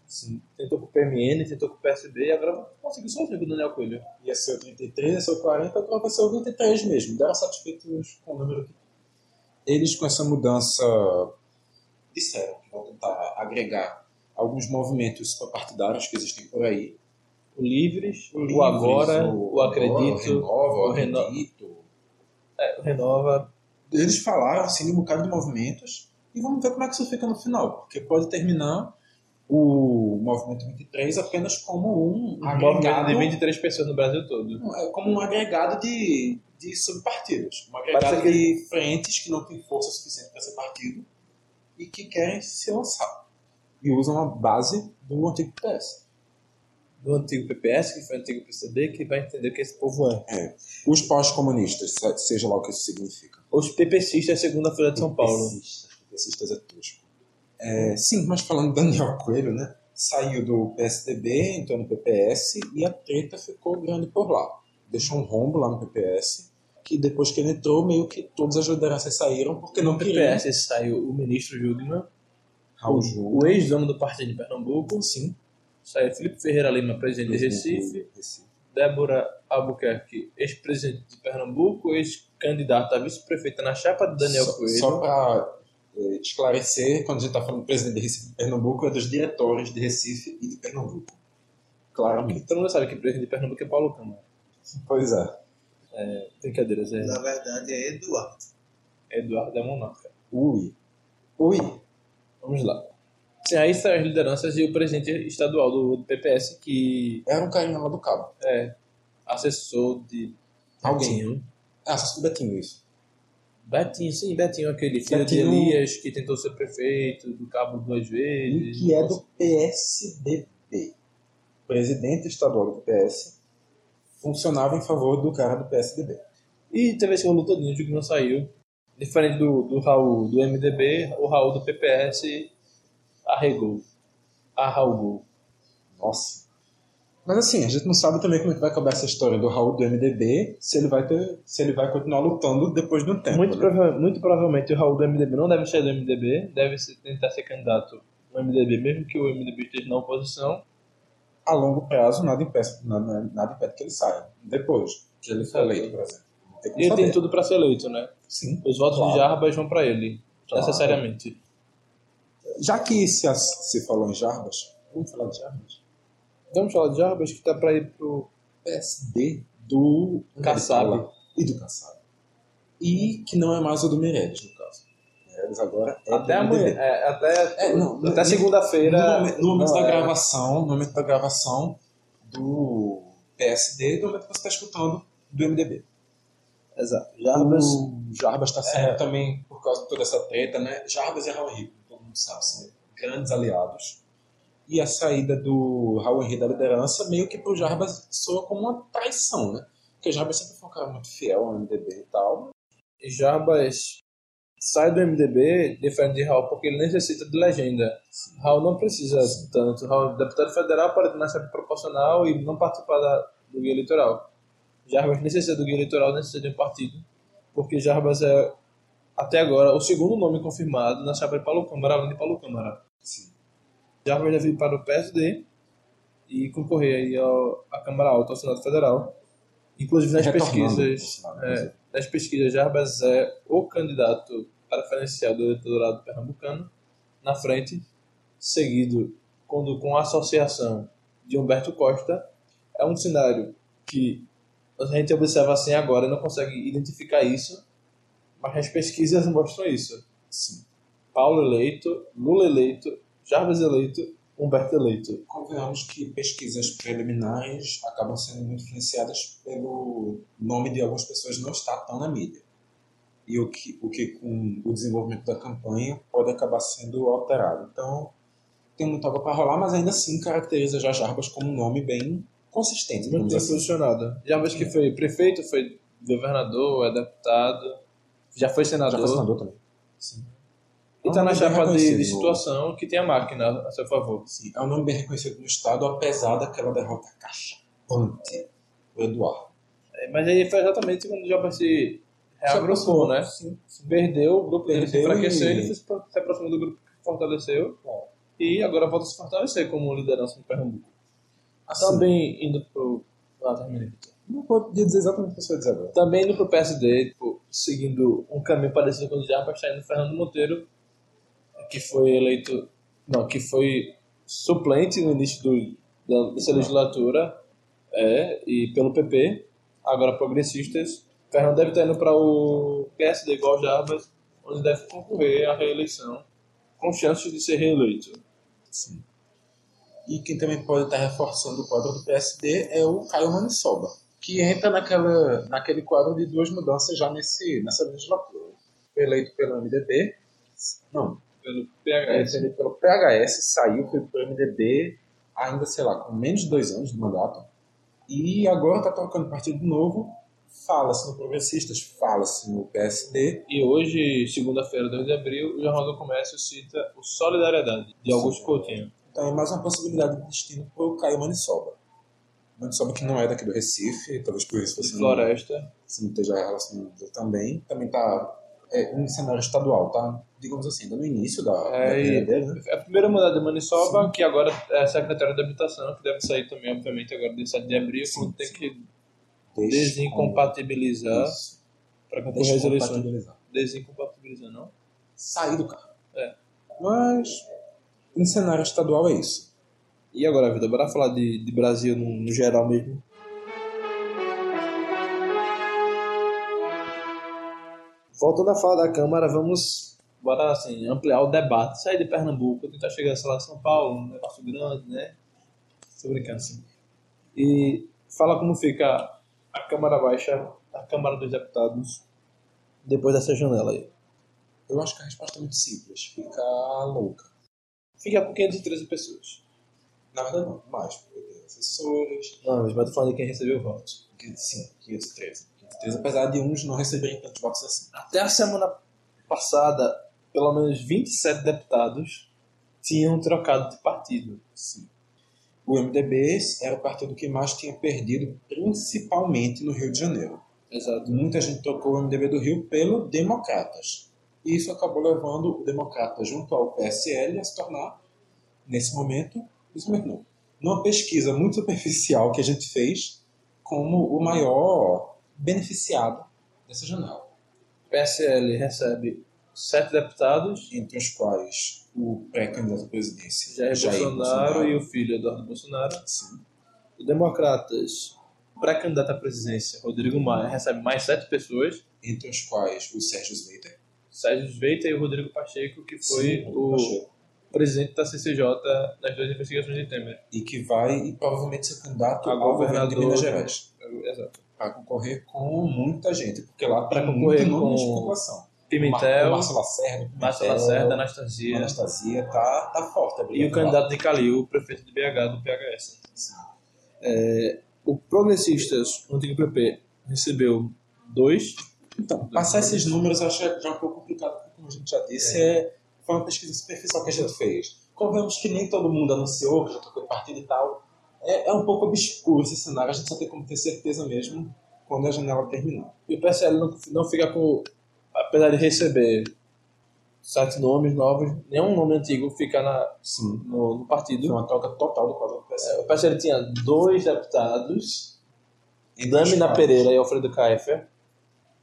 Speaker 1: Tentou com o PMN, tentou com o PSB e agora conseguiu só com o Daniel Coelho.
Speaker 2: Ia ser o 33, ia ser o 40, agora vai ser o 23 mesmo. Deram satisfeitos com o número que Eles, com essa mudança, disseram que vão tentar agregar alguns movimentos partidários que existem por aí.
Speaker 1: O Livres, o,
Speaker 2: Livres,
Speaker 1: Agora, o,
Speaker 2: Agora,
Speaker 1: Acredito,
Speaker 2: o
Speaker 1: o
Speaker 2: Renova,
Speaker 1: Reno-
Speaker 2: o Acredito.
Speaker 1: é, o Renova.
Speaker 2: Eles falaram assim de um bocado de movimentos e vamos ver como é que isso fica no final, porque pode terminar o movimento 23 apenas como um
Speaker 1: Um movimento
Speaker 2: agregado,
Speaker 1: de 23 pessoas no Brasil todo.
Speaker 2: é, como um agregado de, de subpartidos, um
Speaker 1: Parece
Speaker 2: agregado de frentes que não tem força suficiente para ser partido e que querem se lançar e usam a base do antigo PS.
Speaker 1: Do antigo PPS, que foi o antigo PCB, que vai entender o que esse povo é.
Speaker 2: Os pós-comunistas, se- seja lá o que isso significa.
Speaker 1: Os PPCistas, segunda feira de São Paulo.
Speaker 2: Progressistas, progressistas é tosco. É, sim, mas falando do Daniel Coelho, né? Saiu do PSDB, entrou no PPS e a treta ficou grande por lá. Deixou um rombo lá no PPS, que depois que ele entrou, meio que todas as lideranças saíram porque não
Speaker 1: No
Speaker 2: queriam.
Speaker 1: PPS saiu o ministro Jugman,
Speaker 2: Raul
Speaker 1: Ah, o
Speaker 2: Júlio,
Speaker 1: ex-dono do Partido de Pernambuco, sim. Saiu Felipe Ferreira Lima, presidente de Recife.
Speaker 2: Recife.
Speaker 1: Débora Albuquerque, ex-presidente de Pernambuco, ex-candidata a vice-prefeita na chapa de Daniel
Speaker 2: só,
Speaker 1: Coelho.
Speaker 2: Só para esclarecer, quando a gente está falando do presidente de Recife e de Pernambuco, é dos diretores de Recife e de Pernambuco. Claramente.
Speaker 1: Todo mundo sabe que o presidente de Pernambuco é Paulo Câmara.
Speaker 2: Pois é.
Speaker 1: Brincadeiras, é
Speaker 4: Na verdade é Eduardo.
Speaker 1: Eduardo da Monarca.
Speaker 2: Ui. Ui.
Speaker 1: Vamos lá. Sim, aí estão as lideranças e o presidente estadual do, do PPS, que
Speaker 2: Era um carinha lá do cabo.
Speaker 1: é assessor de
Speaker 2: Alguém.
Speaker 1: Betinho.
Speaker 2: Ah, só Betinho, isso.
Speaker 1: Betinho, sim, Betinho, aquele filho
Speaker 2: Betinho-
Speaker 1: de Elias, que tentou ser prefeito do Cabo duas
Speaker 2: E
Speaker 1: vezes.
Speaker 2: que é do PSDB. Presidente estadual do PS. Funcionava em favor do cara do PSDB.
Speaker 1: E teve esse rolo todinho de que não saiu. Diferente do, do Raul do MDB, o Raul do PPS arregou. Arraugou.
Speaker 2: Nossa. Mas assim, a gente não sabe também como é que vai acabar essa história do Raul do MDB, se ele vai, ter, se ele vai continuar lutando depois de um tempo.
Speaker 1: Muito,
Speaker 2: né?
Speaker 1: prova- muito provavelmente o Raul do MDB não deve sair do MDB, deve se- tentar ser candidato no MDB, mesmo que o MDB esteja na oposição.
Speaker 2: A longo prazo, nada impede, nada, nada impede que ele saia. Depois que ele for eleito, por exemplo. Não tem como
Speaker 1: E ele
Speaker 2: saber.
Speaker 1: tem tudo para ser eleito, né?
Speaker 2: Sim.
Speaker 1: Os votos
Speaker 2: Claro.
Speaker 1: de Jarbas vão para ele,
Speaker 2: Claro.
Speaker 1: necessariamente.
Speaker 2: Já que se, se falou em Jarbas, vamos falar de Jarbas?
Speaker 1: Vamos falar de Jarbas, que tá para ir pro
Speaker 2: PSD do
Speaker 1: Kassab.
Speaker 2: e do Kassab. E que não é mais o do Meirelles, no caso. Meirelles agora é
Speaker 1: até
Speaker 2: do
Speaker 1: amanhã,
Speaker 2: MDB.
Speaker 1: é, até,
Speaker 2: É, não,
Speaker 1: até
Speaker 2: no-
Speaker 1: segunda-feira.
Speaker 2: No momento, no momento
Speaker 1: Não,
Speaker 2: da
Speaker 1: é.
Speaker 2: gravação, no momento da gravação é do PSD, no momento que você está escutando do MDB.
Speaker 1: Exato.
Speaker 2: O Jarbas tá está sendo É, também, por causa de toda essa treta, né? Jarbas e Raul Henrique, todo mundo sabe, são grandes aliados. E a saída do Raul Henrique da liderança, meio que pro Jarbas soa como uma traição, né? Porque o Jarbas sempre foi um cara muito fiel ao MDB e tal.
Speaker 1: Jarbas sai do MDB, diferente de Raul, porque ele necessita de legenda. Raul não precisa tanto. Raul é deputado federal para ter na chapa proporcional e não participar da- do guia eleitoral. Jarbas necessita do guia eleitoral, necessita de um partido, porque Jarbas é, até agora, o segundo nome confirmado na chapa de Paulo Câmara, além de Paulo Câmara.
Speaker 2: Sim.
Speaker 1: Jarbas deve ir para o PSD e concorrer aí ao, à Câmara Alta, ao Senado Federal. Inclusive nas
Speaker 2: Retornando
Speaker 1: pesquisas...
Speaker 2: ao Senado,
Speaker 1: é,
Speaker 2: inclusive.
Speaker 1: nas pesquisas, Jarbas é o candidato para financiar do eleitorado pernambucano, na frente, seguido quando com a associação de Humberto Costa. É um cenário que a gente observa assim agora e não consegue identificar isso, mas as pesquisas mostram isso.
Speaker 2: Sim.
Speaker 1: Paulo eleito, Lula eleito, Jarbas eleito, Humberto eleito.
Speaker 2: Convenhamos que pesquisas preliminares acabam sendo muito influenciadas pelo nome de algumas pessoas não estar tão na mídia. E o que, o que com o desenvolvimento da campanha pode acabar sendo alterado. Então, tem muita água para rolar, mas ainda assim caracteriza já Jarbas como um nome bem
Speaker 1: Muito
Speaker 2: consistente. digamos
Speaker 1: bem
Speaker 2: assim.
Speaker 1: posicionado. Jarbas que foi prefeito, foi governador, é deputado, já foi
Speaker 2: Já foi senador Ah, também.
Speaker 1: E tá na
Speaker 2: Vamos ver
Speaker 1: chapa de,
Speaker 2: reconhecido.
Speaker 1: de situação que tem a máquina a seu favor.
Speaker 2: Sim, é um nome bem reconhecido no Estado, apesar daquela derrota cachapante do Eduardo.
Speaker 1: É, Mas aí foi exatamente quando o Jobs se reagrupou, né?
Speaker 2: Sim, sim.
Speaker 1: Perdeu, o grupo dele se
Speaker 2: Perdeu
Speaker 1: enfraqueceu,
Speaker 2: e-
Speaker 1: ele se pro- se aproximou do grupo que fortaleceu.
Speaker 2: É.
Speaker 1: E agora volta a se fortalecer como liderança do Pernambuco.
Speaker 2: Assim,
Speaker 1: Também indo pro. Ah, terminei.
Speaker 2: Não podia dizer exatamente o que você vai dizer agora.
Speaker 1: Também indo pro PSD, tipo, seguindo um caminho parecido com o de Jarbas, está indo Fernando Monteiro, que foi eleito, não, que foi suplente no início do, da, dessa legislatura, é, e pelo PP, agora progressistas. Fernando deve estar indo para o PSD igual Jarbas, onde deve concorrer à reeleição, com chances de ser reeleito.
Speaker 2: Sim. E quem também pode estar reforçando o quadro do PSD é o Caio Manissoba, que entra naquela, naquele quadro de duas mudanças já nesse, nessa legislatura. Foi eleito pelo MDB, não,
Speaker 1: Pelo
Speaker 2: é,
Speaker 1: PHS.
Speaker 2: foi eleito pelo PHS, saiu, foi pro MDB, ainda, sei lá, com menos de dois anos de mandato, e agora está trocando partido novo, fala-se no Progressistas, fala-se no PSD,
Speaker 1: E hoje, segunda-feira, 2 de abril, o Jornal do Comércio cita o Solidariedade, de Augusto Coutinho.
Speaker 2: Então é mais uma possibilidade de destino para o Caio Manissoba. Manissoba que não é daqui do Recife, talvez por isso
Speaker 1: De
Speaker 2: você não,
Speaker 1: Floresta.
Speaker 2: você não esteja relacionado também. Também está é, um cenário estadual, tá? Digamos assim, ainda no início da, da
Speaker 1: É, e-
Speaker 2: primeira né?
Speaker 1: É a primeira mudada de Maniçoba, que agora é secretário da Habitação, que deve sair também, obviamente, agora de 7 de abril,
Speaker 2: Sim,
Speaker 1: quando tem
Speaker 2: sim.
Speaker 1: que
Speaker 2: Descompatibilizar.
Speaker 1: desincompatibilizar
Speaker 2: Isso.
Speaker 1: para concorrer às eleições.
Speaker 2: Descompatibilizar.
Speaker 1: Desincompatibilizar, não?
Speaker 2: Sair do carro.
Speaker 1: É.
Speaker 2: Mas, no cenário estadual é isso.
Speaker 1: E agora, Vitor, bora falar de, de Brasil no, no geral mesmo. Voltando a falar da Câmara, vamos bora, assim, ampliar o debate. Sair de Pernambuco, tentar chegar, sei lá, São Paulo, um negócio grande, né? Tô brincando, assim. E fala como fica a Câmara Baixa, a Câmara dos Deputados, depois dessa janela aí.
Speaker 2: Eu acho que a resposta é muito simples. Fica louca.
Speaker 1: Fica com 513 pessoas.
Speaker 2: Na verdade, não. Mais, porque tem assessores,
Speaker 1: Não, mas eu tô falando de quem recebeu votos.
Speaker 2: Que- Sim, 513. 513, apesar de uns não receberem tantos votos assim.
Speaker 1: até a semana passada, pelo menos 27 deputados tinham trocado de partido.
Speaker 2: Sim. O MDB era o partido que mais tinha perdido, principalmente no Rio de Janeiro.
Speaker 1: Exato.
Speaker 2: Muita gente trocou o MDB do Rio pelo Democratas. E isso acabou levando o Democratas junto ao PSL a se tornar, nesse momento, nesse momento não, numa pesquisa muito superficial que a gente fez, como o maior beneficiado dessa janela.
Speaker 1: O PSL recebe sete deputados,
Speaker 2: entre os quais o pré-candidato à presidência
Speaker 1: Jair, Bolsonaro, e o filho Eduardo Bolsonaro.
Speaker 2: Sim.
Speaker 1: O Democratas, pré-candidato à presidência, Rodrigo Maia, recebe mais sete pessoas.
Speaker 2: entre os quais o Sérgio Slater
Speaker 1: Sérgio Veita e o Rodrigo Pacheco, que foi
Speaker 2: Sim,
Speaker 1: o
Speaker 2: Pacheco.
Speaker 1: presidente da CCJ nas duas investigações de Temer.
Speaker 2: e que vai e provavelmente ser candidato
Speaker 1: A
Speaker 2: ao governo de
Speaker 1: governador.
Speaker 2: Minas Gerais
Speaker 1: Exato.
Speaker 2: para concorrer com muita gente porque lá
Speaker 1: Pra
Speaker 2: tem
Speaker 1: concorrer
Speaker 2: muito
Speaker 1: com
Speaker 2: nome de população
Speaker 1: Pimentel,
Speaker 2: o Márcio Lacerda o
Speaker 1: Márcio
Speaker 2: Pimentel,
Speaker 1: Lacerda,
Speaker 2: a
Speaker 1: Anastasia,
Speaker 2: Anastasia tá, tá forte a briga
Speaker 1: E o
Speaker 2: por lá.
Speaker 1: candidato de Calil, o prefeito de BH do PHS. né? É, o Progressistas, o antigo PP, recebeu dois.
Speaker 2: então, passar esses números eu acho que já é um pouco complicado porque como a gente já disse é- foi uma pesquisa superficial que a gente fez convenhamos que nem todo mundo anunciou que já tocou em partido e tal é, é um pouco obscuro esse cenário, a gente só tem como ter certeza mesmo quando a janela terminar.
Speaker 1: E o PSL não, não fica com. Apesar de receber sete nomes novos, nenhum nome antigo fica na,
Speaker 2: Sim.
Speaker 1: no, no
Speaker 2: Foi
Speaker 1: partido.
Speaker 2: uma troca total do quadro do
Speaker 1: É,
Speaker 2: PSL.
Speaker 1: o PSL tinha dois deputados,
Speaker 2: Entre os
Speaker 1: Damina
Speaker 2: quais-
Speaker 1: Pereira e Alfredo Kaifer.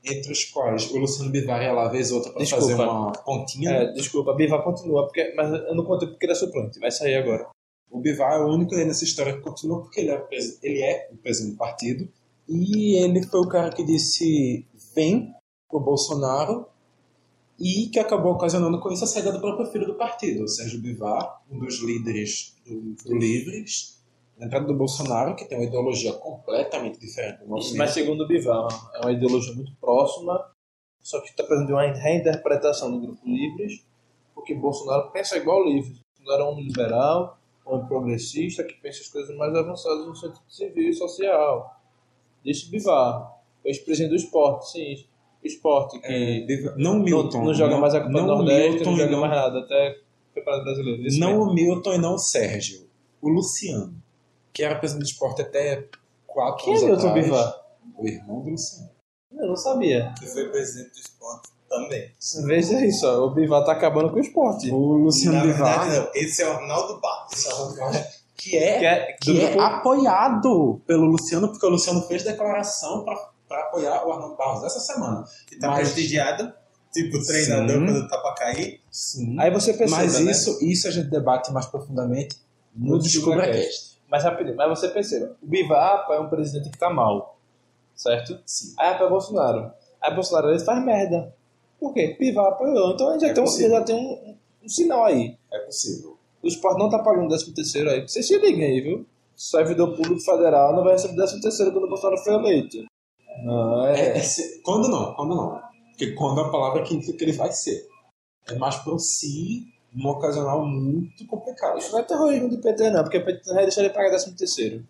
Speaker 2: Entre os quais o Luciano Bivar ia lá vez outra pra
Speaker 1: Desculpa.
Speaker 2: fazer uma pontinha.
Speaker 1: É, desculpa, Bivar continua, porque, mas eu não contei porque ele é suplente, vai sair agora.
Speaker 2: O Bivar é o único aí nessa história que continua porque ele é, o presi- ele é o presidente do partido. E ele foi o cara que disse vem pro Bolsonaro e que acabou ocasionando com isso a saída do próprio filho do partido, o Sérgio Bivar, um dos líderes do, do Livres, na entrada do Bolsonaro, que tem uma ideologia completamente diferente do nosso.
Speaker 1: Mas segundo o Bivar, é uma ideologia muito próxima, só que está precisando de uma reinterpretação do grupo Livres, porque Bolsonaro pensa igual o Livres. Bolsonaro é um homem liberal, um homem progressista, que pensa as coisas mais avançadas no sentido civil e social. Disse Bivar, ex-presidente do esporte, sim, esporte que
Speaker 2: É, Bivar- não o
Speaker 1: não,
Speaker 2: Milton.
Speaker 1: não joga mais a Copa do
Speaker 2: o
Speaker 1: Nordeste,
Speaker 2: Milton
Speaker 1: não
Speaker 2: e
Speaker 1: joga
Speaker 2: não-
Speaker 1: mais nada, até Campeonato Brasileiro. Isso
Speaker 2: Não
Speaker 1: mesmo.
Speaker 2: o Milton e não o Sérgio. O Luciano, que era presidente do esporte até quatro
Speaker 1: Quem é
Speaker 2: anos
Speaker 1: Milton
Speaker 2: atrás.
Speaker 1: Bivar?
Speaker 2: O irmão do Luciano.
Speaker 1: Eu não sabia.
Speaker 4: Que foi presidente do esporte também.
Speaker 1: Veja isso, ó, o Bivar tá acabando com o esporte.
Speaker 2: O Luciano
Speaker 4: Na verdade,
Speaker 2: Bivar,
Speaker 4: não. Esse é o Arnaldo Barros.
Speaker 2: que é,
Speaker 1: Que é,
Speaker 2: que
Speaker 1: do
Speaker 2: é
Speaker 1: grupo-
Speaker 2: apoiado pelo Luciano, porque o Luciano fez declaração para para apoiar o Arnaldo Barros essa semana.
Speaker 4: Que tá
Speaker 2: Mas-
Speaker 4: prestigiado. Tipo, treinador
Speaker 2: Sim.
Speaker 4: quando tá pra cair.
Speaker 2: Sim.
Speaker 1: Aí você percebe,
Speaker 2: Mas
Speaker 1: né?
Speaker 2: isso, isso a gente debate mais profundamente no
Speaker 1: No
Speaker 2: DescubraCast.
Speaker 1: Mas rapidinho, mas você perceba, o Bivapa é um presidente que tá mal, certo? Sim. Aí é pra Bolsonaro. Aí Bolsonaro ele faz merda. Por quê? Bivapa apoiou. Então ele já,
Speaker 2: É
Speaker 1: tem, um,
Speaker 2: possível.
Speaker 1: já tem um, um sinal aí.
Speaker 2: É possível.
Speaker 1: O esporte não tá pagando 13 terceiro aí. Vocês se liguem aí, viu? Servidor público federal não vai receber 13 terceiro quando o Bolsonaro foi eleito. Não,
Speaker 2: É,
Speaker 1: é.
Speaker 2: é se- quando não, quando não. Porque quando é a palavra que implica que ele vai ser. É mais para um si, um ocasional muito complicado.
Speaker 1: Isso não é terrorismo do PT, não, porque o PT não vai deixar ele pagar 13 terceiro.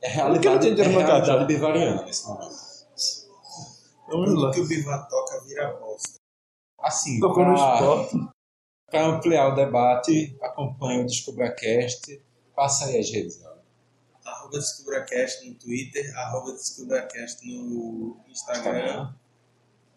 Speaker 2: É
Speaker 1: Por que não
Speaker 2: realidade,
Speaker 1: tem
Speaker 2: é
Speaker 1: dinheiro na caixa?
Speaker 2: realidade bivariana nesse momento.
Speaker 1: lá.
Speaker 4: Tudo que o Bivar toca vira bosta.
Speaker 2: Assim,
Speaker 1: Tocou no
Speaker 2: pra-
Speaker 1: esporte.
Speaker 2: Para ampliar o debate, acompanhe o DescubraCast. Passa aí as redes. né? Léo.
Speaker 4: Arroba DescubraCast no Twitter, arroba DescubraCast no Instagram,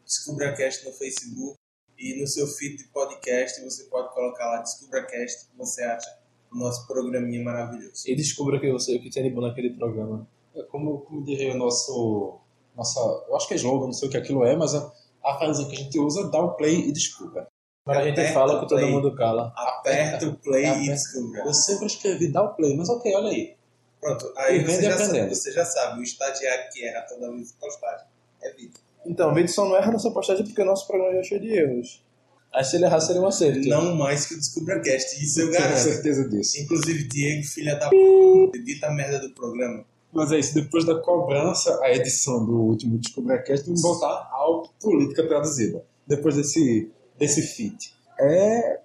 Speaker 4: DescubraCast no Facebook e no seu feed de podcast você pode colocar lá DescubraCast que você acha o nosso programinha maravilhoso.
Speaker 1: E descubra que você, o que tem de bom naquele programa.
Speaker 2: É Como, como diria o nosso. Nossa, eu acho que é slogan, não sei o que aquilo é, mas a, a frase que a gente usa é dá o play e descubra.
Speaker 1: Mas a gente
Speaker 4: Aperta
Speaker 1: fala que todo
Speaker 4: play.
Speaker 1: mundo cala.
Speaker 4: Aperta o play e
Speaker 2: Aperta.
Speaker 4: descubra.
Speaker 2: Eu sempre escrevi dá o play, mas ok, olha aí.
Speaker 4: Pronto, aí
Speaker 2: E vem
Speaker 4: você já, sabe,
Speaker 2: dependendo.
Speaker 4: você já sabe, o estagiário que erra toda vez que postagem é vida.
Speaker 1: Então, o Vidson não erra nessa postagem porque o nosso programa já é cheio de erros. Aí se ele errar, seria um acerto.
Speaker 4: Não mais que o DescubraCast, isso eu
Speaker 2: Tenho
Speaker 4: garanto.
Speaker 2: certeza disso.
Speaker 4: Inclusive, Diego, filha da p, edita a merda do programa.
Speaker 2: Mas é isso, depois da cobrança, a edição do último DescubraCast, vamos voltar ao Política Traduzida. Depois desse, desse feat. É.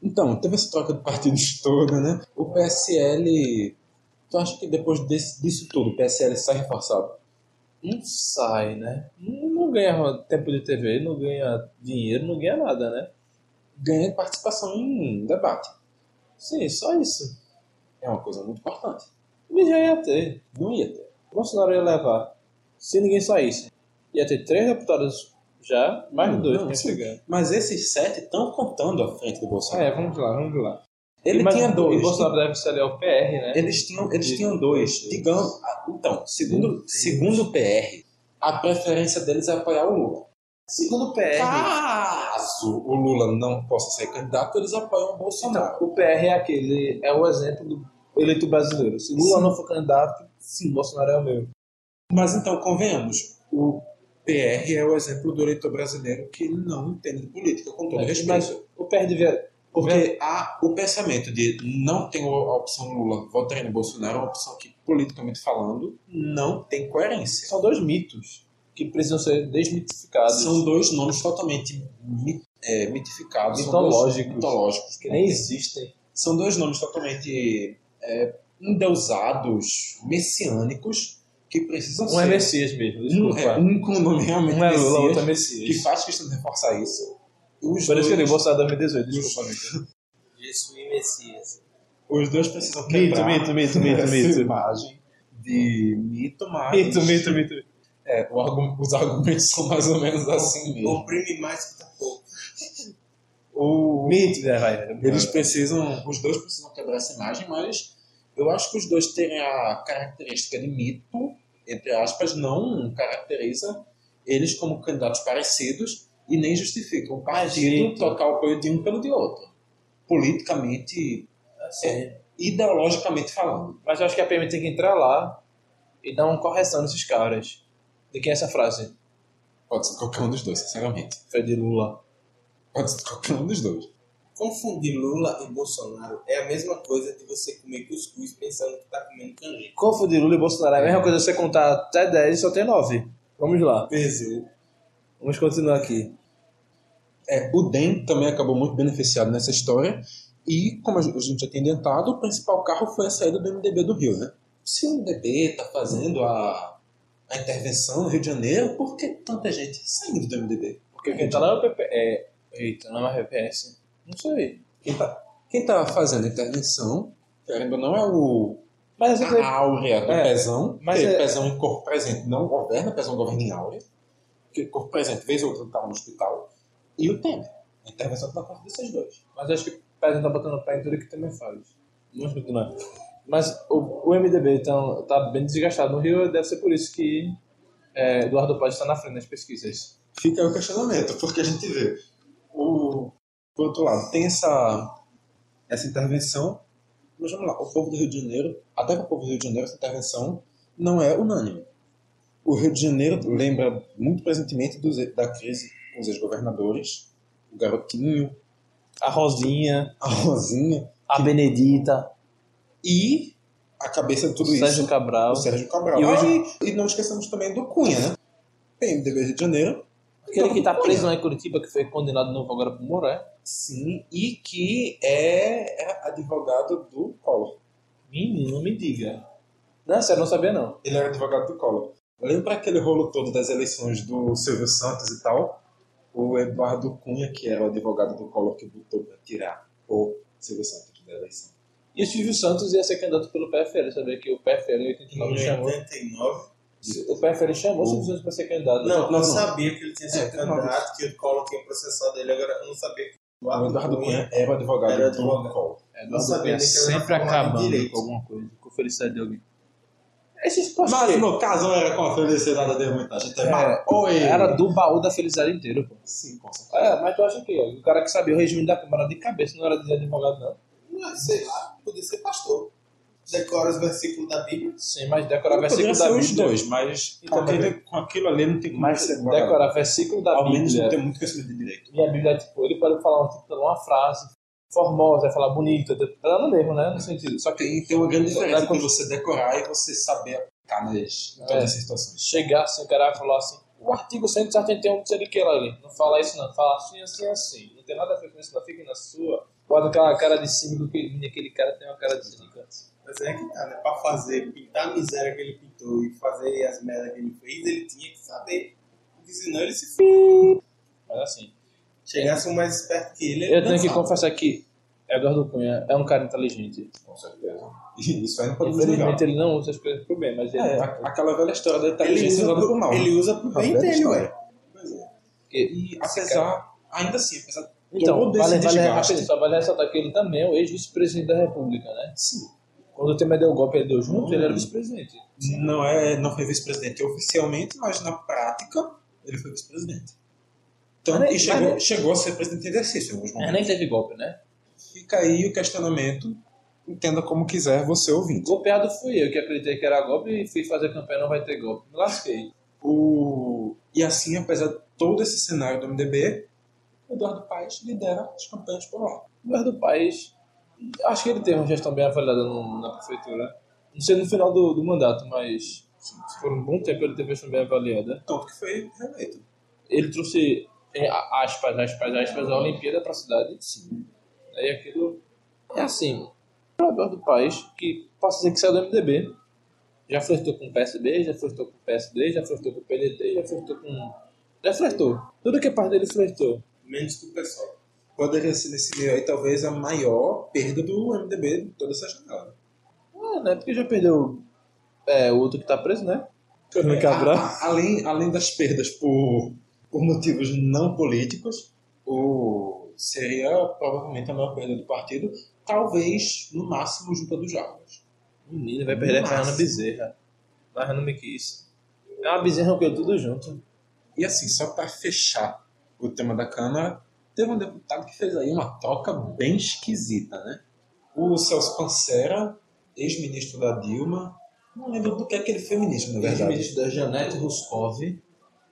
Speaker 2: Então, teve essa troca de partidos toda, né? O PSL. Tu acha que depois desse- disso tudo, o PSL sai reforçado?
Speaker 1: Não sai, né? Não, não ganha tempo de TV, não ganha dinheiro, não ganha nada, né?
Speaker 2: Ganha participação em debate.
Speaker 1: Sim, só isso.
Speaker 2: É uma coisa muito importante.
Speaker 1: Mas já ia ter.
Speaker 2: Não ia ter.
Speaker 1: O Bolsonaro ia levar. Se ninguém saísse. Ia ter três deputados já, mais
Speaker 2: Não,
Speaker 1: dois
Speaker 2: não,
Speaker 1: que
Speaker 2: sim.
Speaker 1: chegar.
Speaker 2: Mas esses sete estão contando à frente do
Speaker 1: Ah,
Speaker 2: Bolsonaro.
Speaker 1: é, vamos lá, vamos lá.
Speaker 2: Ele
Speaker 1: Mas
Speaker 2: tinha
Speaker 1: O
Speaker 2: dois.
Speaker 1: Bolsonaro deve se aliar ao PR, né?
Speaker 2: Eles tinham, eles
Speaker 1: Isso.
Speaker 2: tinham dois. Digamos, ah, então, segundo, segundo o PR, a preferência deles é apoiar o Lula.
Speaker 1: Segundo o PR.
Speaker 2: Tá. Caso o Lula não possa ser candidato, eles apoiam o Bolsonaro.
Speaker 1: O PR é aquele, é o exemplo do eleito brasileiro. Se Lula
Speaker 2: Sim.
Speaker 1: não for candidato, sim, Bolsonaro é o meu.
Speaker 2: Mas então, convenhamos, o PR é o exemplo do eleitor brasileiro que não entende de política, com todo
Speaker 1: É,
Speaker 2: respeito.
Speaker 1: O PR devia.
Speaker 2: Porque há o pensamento de não tem a opção Lula, votarei no Bolsonaro, é uma opção que, politicamente falando, não tem coerência.
Speaker 1: São dois mitos que precisam ser desmitificados.
Speaker 2: São dois nomes totalmente mi- é, mitificados, são dois
Speaker 1: Mitológicos.
Speaker 2: mitológicos
Speaker 1: que nem existem.
Speaker 2: São dois nomes totalmente é, endeusados, messiânicos, que precisam
Speaker 1: Um
Speaker 2: ser.
Speaker 1: é Messias mesmo,
Speaker 2: um,
Speaker 1: desculpa.
Speaker 2: é, um com o nome realmente
Speaker 1: Um é Lula,
Speaker 2: Messias,
Speaker 1: outro é
Speaker 2: que
Speaker 1: Messias.
Speaker 2: faz questão de reforçar isso. Os
Speaker 1: Por isso que eu
Speaker 2: dois,
Speaker 1: digo Bolsonaro 2018, desculpa, Mito.
Speaker 4: Jesus e Messias.
Speaker 2: os dois precisam
Speaker 1: Mito,
Speaker 2: quebrar
Speaker 1: mito, mito, mito,
Speaker 2: essa
Speaker 1: mito.
Speaker 2: imagem de mito, mas
Speaker 1: Mito, mito, mito.
Speaker 2: É, o argu- os argumentos são mais ou menos assim mesmo.
Speaker 4: Oprime mais que tá pouco.
Speaker 2: O-
Speaker 1: Mito, né, vai.
Speaker 2: Eles precisam, os dois precisam quebrar essa imagem, mas eu acho que os dois terem a característica de mito, entre aspas, não caracteriza eles como candidatos parecidos e nem justifica o partido
Speaker 1: gente.
Speaker 2: tocar o apoio de um pelo de outro. Politicamente, é,
Speaker 1: Assim,
Speaker 2: ideologicamente falando.
Speaker 1: Mas eu acho que a PM tem que entrar lá e dar uma correção nesses caras. De quem é essa frase?
Speaker 2: Pode ser qualquer um dos dois, sinceramente.
Speaker 1: Foi de Lula.
Speaker 2: Pode ser qualquer um dos dois.
Speaker 4: Confundir Lula e Bolsonaro é a mesma coisa de você comer cuscuz pensando que tá comendo canjica.
Speaker 1: Confundir Lula e Bolsonaro é a mesma coisa você contar até 10 e só tem 9. Vamos lá,
Speaker 4: Pesou.
Speaker 1: vamos continuar aqui.
Speaker 2: É, o DEM também acabou muito beneficiado nessa história. E, como a gen- a gente já tem dentado, o principal carro foi a saída do MDB do Rio, né? Se o MDB está tá fazendo a, a intervenção no Rio de Janeiro, por que tanta gente saindo do MDB?
Speaker 1: Porque quem tá lá é o PP. É, eita, não é mais PPS. Não sei.
Speaker 2: Quem está fazendo a intervenção, querendo ou não, é o,
Speaker 1: Mas eu
Speaker 2: a áurea do
Speaker 1: É,
Speaker 2: Pezão.
Speaker 1: mas
Speaker 2: Mas
Speaker 1: é-
Speaker 2: Pezão em corpo presente não governa, Pezão governa em áurea. Porque corpo presente, vez ou outra, estava no hospital. E o Temer. A intervenção tá está na parte desses dois.
Speaker 1: Mas eu acho que o Pedro tá botando o pé em tudo que também faz. né? Vamos continuar. Mas o, o MDB então, tá bem desgastado no Rio, deve ser por isso que é, Eduardo Paz está na frente nas pesquisas.
Speaker 2: Fica aí o questionamento, porque a gente vê. O, por outro lado, tem essa, essa intervenção, mas vamos lá, o povo do Rio de Janeiro, até para o povo do Rio de Janeiro, essa intervenção não é unânime. O Rio de Janeiro lembra muito presentemente dos- da crise com os ex-governadores, o Garotinho,
Speaker 1: A Rosinha,
Speaker 2: a Rosinha,
Speaker 1: a Benedita,
Speaker 2: e a cabeça de tudo isso.
Speaker 1: Sérgio Cabral.
Speaker 2: O Sérgio Cabral.
Speaker 1: E
Speaker 2: E,
Speaker 1: hoje-
Speaker 2: e não esqueçamos também do Cunha, né? PMDB Rio de Janeiro.
Speaker 1: Aquele que está
Speaker 2: Cunha.
Speaker 1: preso lá em Curitiba, que foi condenado de novo agora por Moré.
Speaker 2: Sim, e que é é advogado do Collor.
Speaker 1: Menino, não me diga. Não, sério, não sabia não.
Speaker 2: Ele era advogado do Collor. Lembra aquele rolo todo das eleições do Silvio Santos e tal? O Eduardo Cunha, que era o advogado do Collor, que botou pra tirar o Silvio Santos da eleição.
Speaker 1: E o Silvio Santos ia ser candidato pelo PFL, sabia que o PFL em 89
Speaker 4: Em
Speaker 2: é
Speaker 1: chamou.
Speaker 4: 89?
Speaker 1: O PFL chamou o Silvio Santos para ser candidato.
Speaker 4: Não,
Speaker 2: não.
Speaker 4: eu sabia que ele tinha sido
Speaker 2: É, não.
Speaker 4: candidato, que o Collor tinha processado ele, agora eu não sabia que o
Speaker 2: O Eduardo Cunha era o advogado,
Speaker 4: Era
Speaker 2: do
Speaker 4: advogado.
Speaker 2: Collor.
Speaker 1: É,
Speaker 4: não
Speaker 1: Cunha
Speaker 4: sabia nem que era
Speaker 1: sempre
Speaker 4: uma forma
Speaker 1: acabando
Speaker 4: direito.
Speaker 1: com alguma coisa, com a felicidade de alguém. Esses postos
Speaker 2: Mas no caso era com a felicidade de muita gente. É. Mas, oi!
Speaker 1: era do baú da felicidade inteiro, pô.
Speaker 2: Sim, com certeza.
Speaker 1: É, mas tu acha que o cara que sabia o regime da Câmara de cabeça não era de advogado, não?
Speaker 4: Não, sei lá, podia ser pastor. Decora os versículos da Bíblia.
Speaker 1: Sim, mas decorar
Speaker 2: Poderia
Speaker 1: versículo da
Speaker 2: ser os
Speaker 1: Bíblia.
Speaker 2: dois, Então, mas é com
Speaker 1: Também.
Speaker 2: aquele- com aquilo ali não tem como
Speaker 1: Mas
Speaker 2: ser advogado.
Speaker 1: decorar versículo da
Speaker 2: Ao menos não
Speaker 1: Bíblia.
Speaker 2: tem muito conhecimento de direito.
Speaker 1: E a Bíblia, tipo, ele pode falar um título, uma frase formosa, falar bonita, tá no mesmo, né? No sentido. Só que
Speaker 2: Tem, tem uma grande diferença
Speaker 1: Vai com-
Speaker 2: entre você decorar e você saber aplicar nas em
Speaker 1: É.
Speaker 2: todas essas situações.
Speaker 1: chegar assim, o cara vai falar assim, o artigo 171 não sei de que lá ali. Não fala isso não, fala assim, assim, assim. Não tem nada a ver com isso, não fique na sua. Bota aquela cara de cínico que aquele cara tem uma cara de cínico.
Speaker 4: Mas é que tá, né? Pra fazer, pintar a miséria que ele pintou e fazer as merdas que ele fez, ele tinha que saber. Porque senão ele se f...
Speaker 1: Mas assim,
Speaker 4: chegasse um mais esperto que ele. ele
Speaker 1: eu tenho que
Speaker 4: dançava.
Speaker 1: confessar que Eduardo Cunha é um cara inteligente.
Speaker 2: Com certeza. E isso aí não podemos negar.
Speaker 1: Infelizmente ele não usa as coisas pro bem, mas ele
Speaker 2: É, a- aquela velha história da
Speaker 4: Ele
Speaker 2: inteligência
Speaker 4: usa,
Speaker 2: usada
Speaker 4: pro,
Speaker 2: por mal.
Speaker 4: ele usa pro
Speaker 2: Uma
Speaker 4: bem
Speaker 2: velha
Speaker 4: dele,
Speaker 2: história. é.
Speaker 4: ué.
Speaker 1: porque-
Speaker 2: E apesar, ainda assim, apesar de
Speaker 1: Então,
Speaker 2: todo
Speaker 1: vale,
Speaker 2: esse
Speaker 1: vale,
Speaker 2: desgaste,
Speaker 1: rapidinho, só vale ressaltar que ele também é o ex-vice-presidente da República, né?
Speaker 2: sim,
Speaker 1: Quando o Temer deu o golpe, ele deu junto,
Speaker 2: Hum.
Speaker 1: ele era vice-presidente.
Speaker 2: não, é, não foi vice-presidente oficialmente, mas na prática ele foi vice-presidente. Então,
Speaker 1: Mas-
Speaker 2: e chegou,
Speaker 1: mas-
Speaker 2: chegou a ser presidente em exercício
Speaker 4: É,
Speaker 2: em alguns momentos.
Speaker 1: Mas nem teve golpe, né?
Speaker 2: Fica aí o questionamento. Entenda como quiser você ouvinte.
Speaker 1: Golpeado fui eu que acreditei que era golpe e fui fazer campanha, não vai ter golpe. Me lasquei.
Speaker 2: O... E assim, apesar de todo esse cenário do MDB, o Eduardo Paes lidera as campanhas por lá.
Speaker 1: Mas do país, acho que ele teve uma gestão bem avaliada no- na prefeitura. Não sei no final do, do mandato, mas por um bom tempo ele teve uma gestão bem avaliada.
Speaker 2: Tanto que foi reeleito.
Speaker 1: Ele trouxe, é, a- aspas, aspas, aspas, a Olimpíada para a cidade. Sim. Aí aquilo é assim, o Eduardo Paes, que posso dizer que saiu do MDB, já flertou com o PSB, já flertou com o PSD, já flertou com o PDT, já flertou com... Já flertou. Tudo que é parte dele flertou.
Speaker 4: Menos que o pessoal.
Speaker 2: Poderia ser nesse meio aí, talvez, a maior perda do MDB de toda essa janela.
Speaker 1: É, né? Porque já perdeu é, o outro que tá preso, né? Ah, Fernando Cabral.
Speaker 2: A- a- além, além das perdas por, por motivos não políticos, o, seria provavelmente a maior perda do partido, talvez, no máximo, junto a dos Jarbas.
Speaker 1: Menino, vai perder a
Speaker 2: Nossa.
Speaker 1: Fernanda Bezerra. Mas eu não me quis. É uma bezerra que eu tudo junto.
Speaker 2: E assim, só para fechar o tema da Câmara, teve um deputado que fez aí uma troca bem esquisita, né? O Celso Pancera, ex-ministro da Dilma, não lembro do que é que ele foi ministro, na verdade.
Speaker 1: da Janete Ruskov.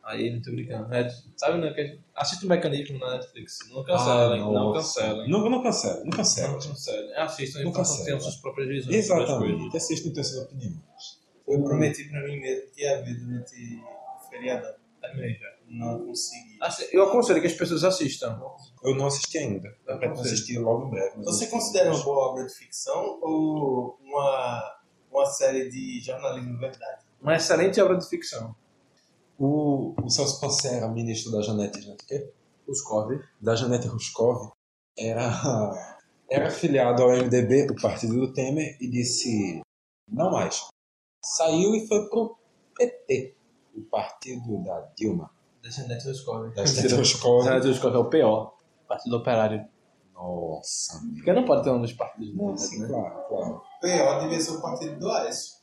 Speaker 1: Aí, não tô brincando. É, sabe, né? que- Assiste o mecanismo na Netflix. Não cancela,
Speaker 2: Ah,
Speaker 1: hein? não
Speaker 2: nossa.
Speaker 1: cancela. hein?
Speaker 2: Não, não cancela, não cancela.
Speaker 1: Não cancela. É, Assistam e
Speaker 2: Não
Speaker 1: façam
Speaker 2: cancela.
Speaker 1: ter suas próprias visões. sobre as coisas.
Speaker 2: Exatamente, assistam e tenham suas opiniões.
Speaker 4: Eu prometi pra mim mesmo que ia ver durante o feriadão.
Speaker 1: Também já.
Speaker 4: Não consegui.
Speaker 1: É Assi- Eu aconselho que as pessoas assistam.
Speaker 2: Eu não assisti ainda, eu pretendo assistir logo em breve. mas
Speaker 4: Você
Speaker 2: eu-
Speaker 4: considera um uma boa obra de ficção ou uma, uma série de jornalismo verdade?
Speaker 1: Uma excelente obra de ficção.
Speaker 2: O, o Celso Pancera, ministro da Janete, Janete o quê?
Speaker 1: Ruskov.
Speaker 2: da Janete Ruskov era, era afiliado ao MDB, o partido do Temer, e disse não mais. Saiu e foi pro PT, o partido da Dilma.
Speaker 1: Da Janete Ruskov.
Speaker 2: Da Janete Ruskov.
Speaker 1: Senado dos Correios é o pior. Partido Operário.
Speaker 2: Nossa,
Speaker 1: Porque não pode ter um dos partidos.
Speaker 2: não, sim, claro, claro.
Speaker 4: P.O. devia ser o partido do Aécio.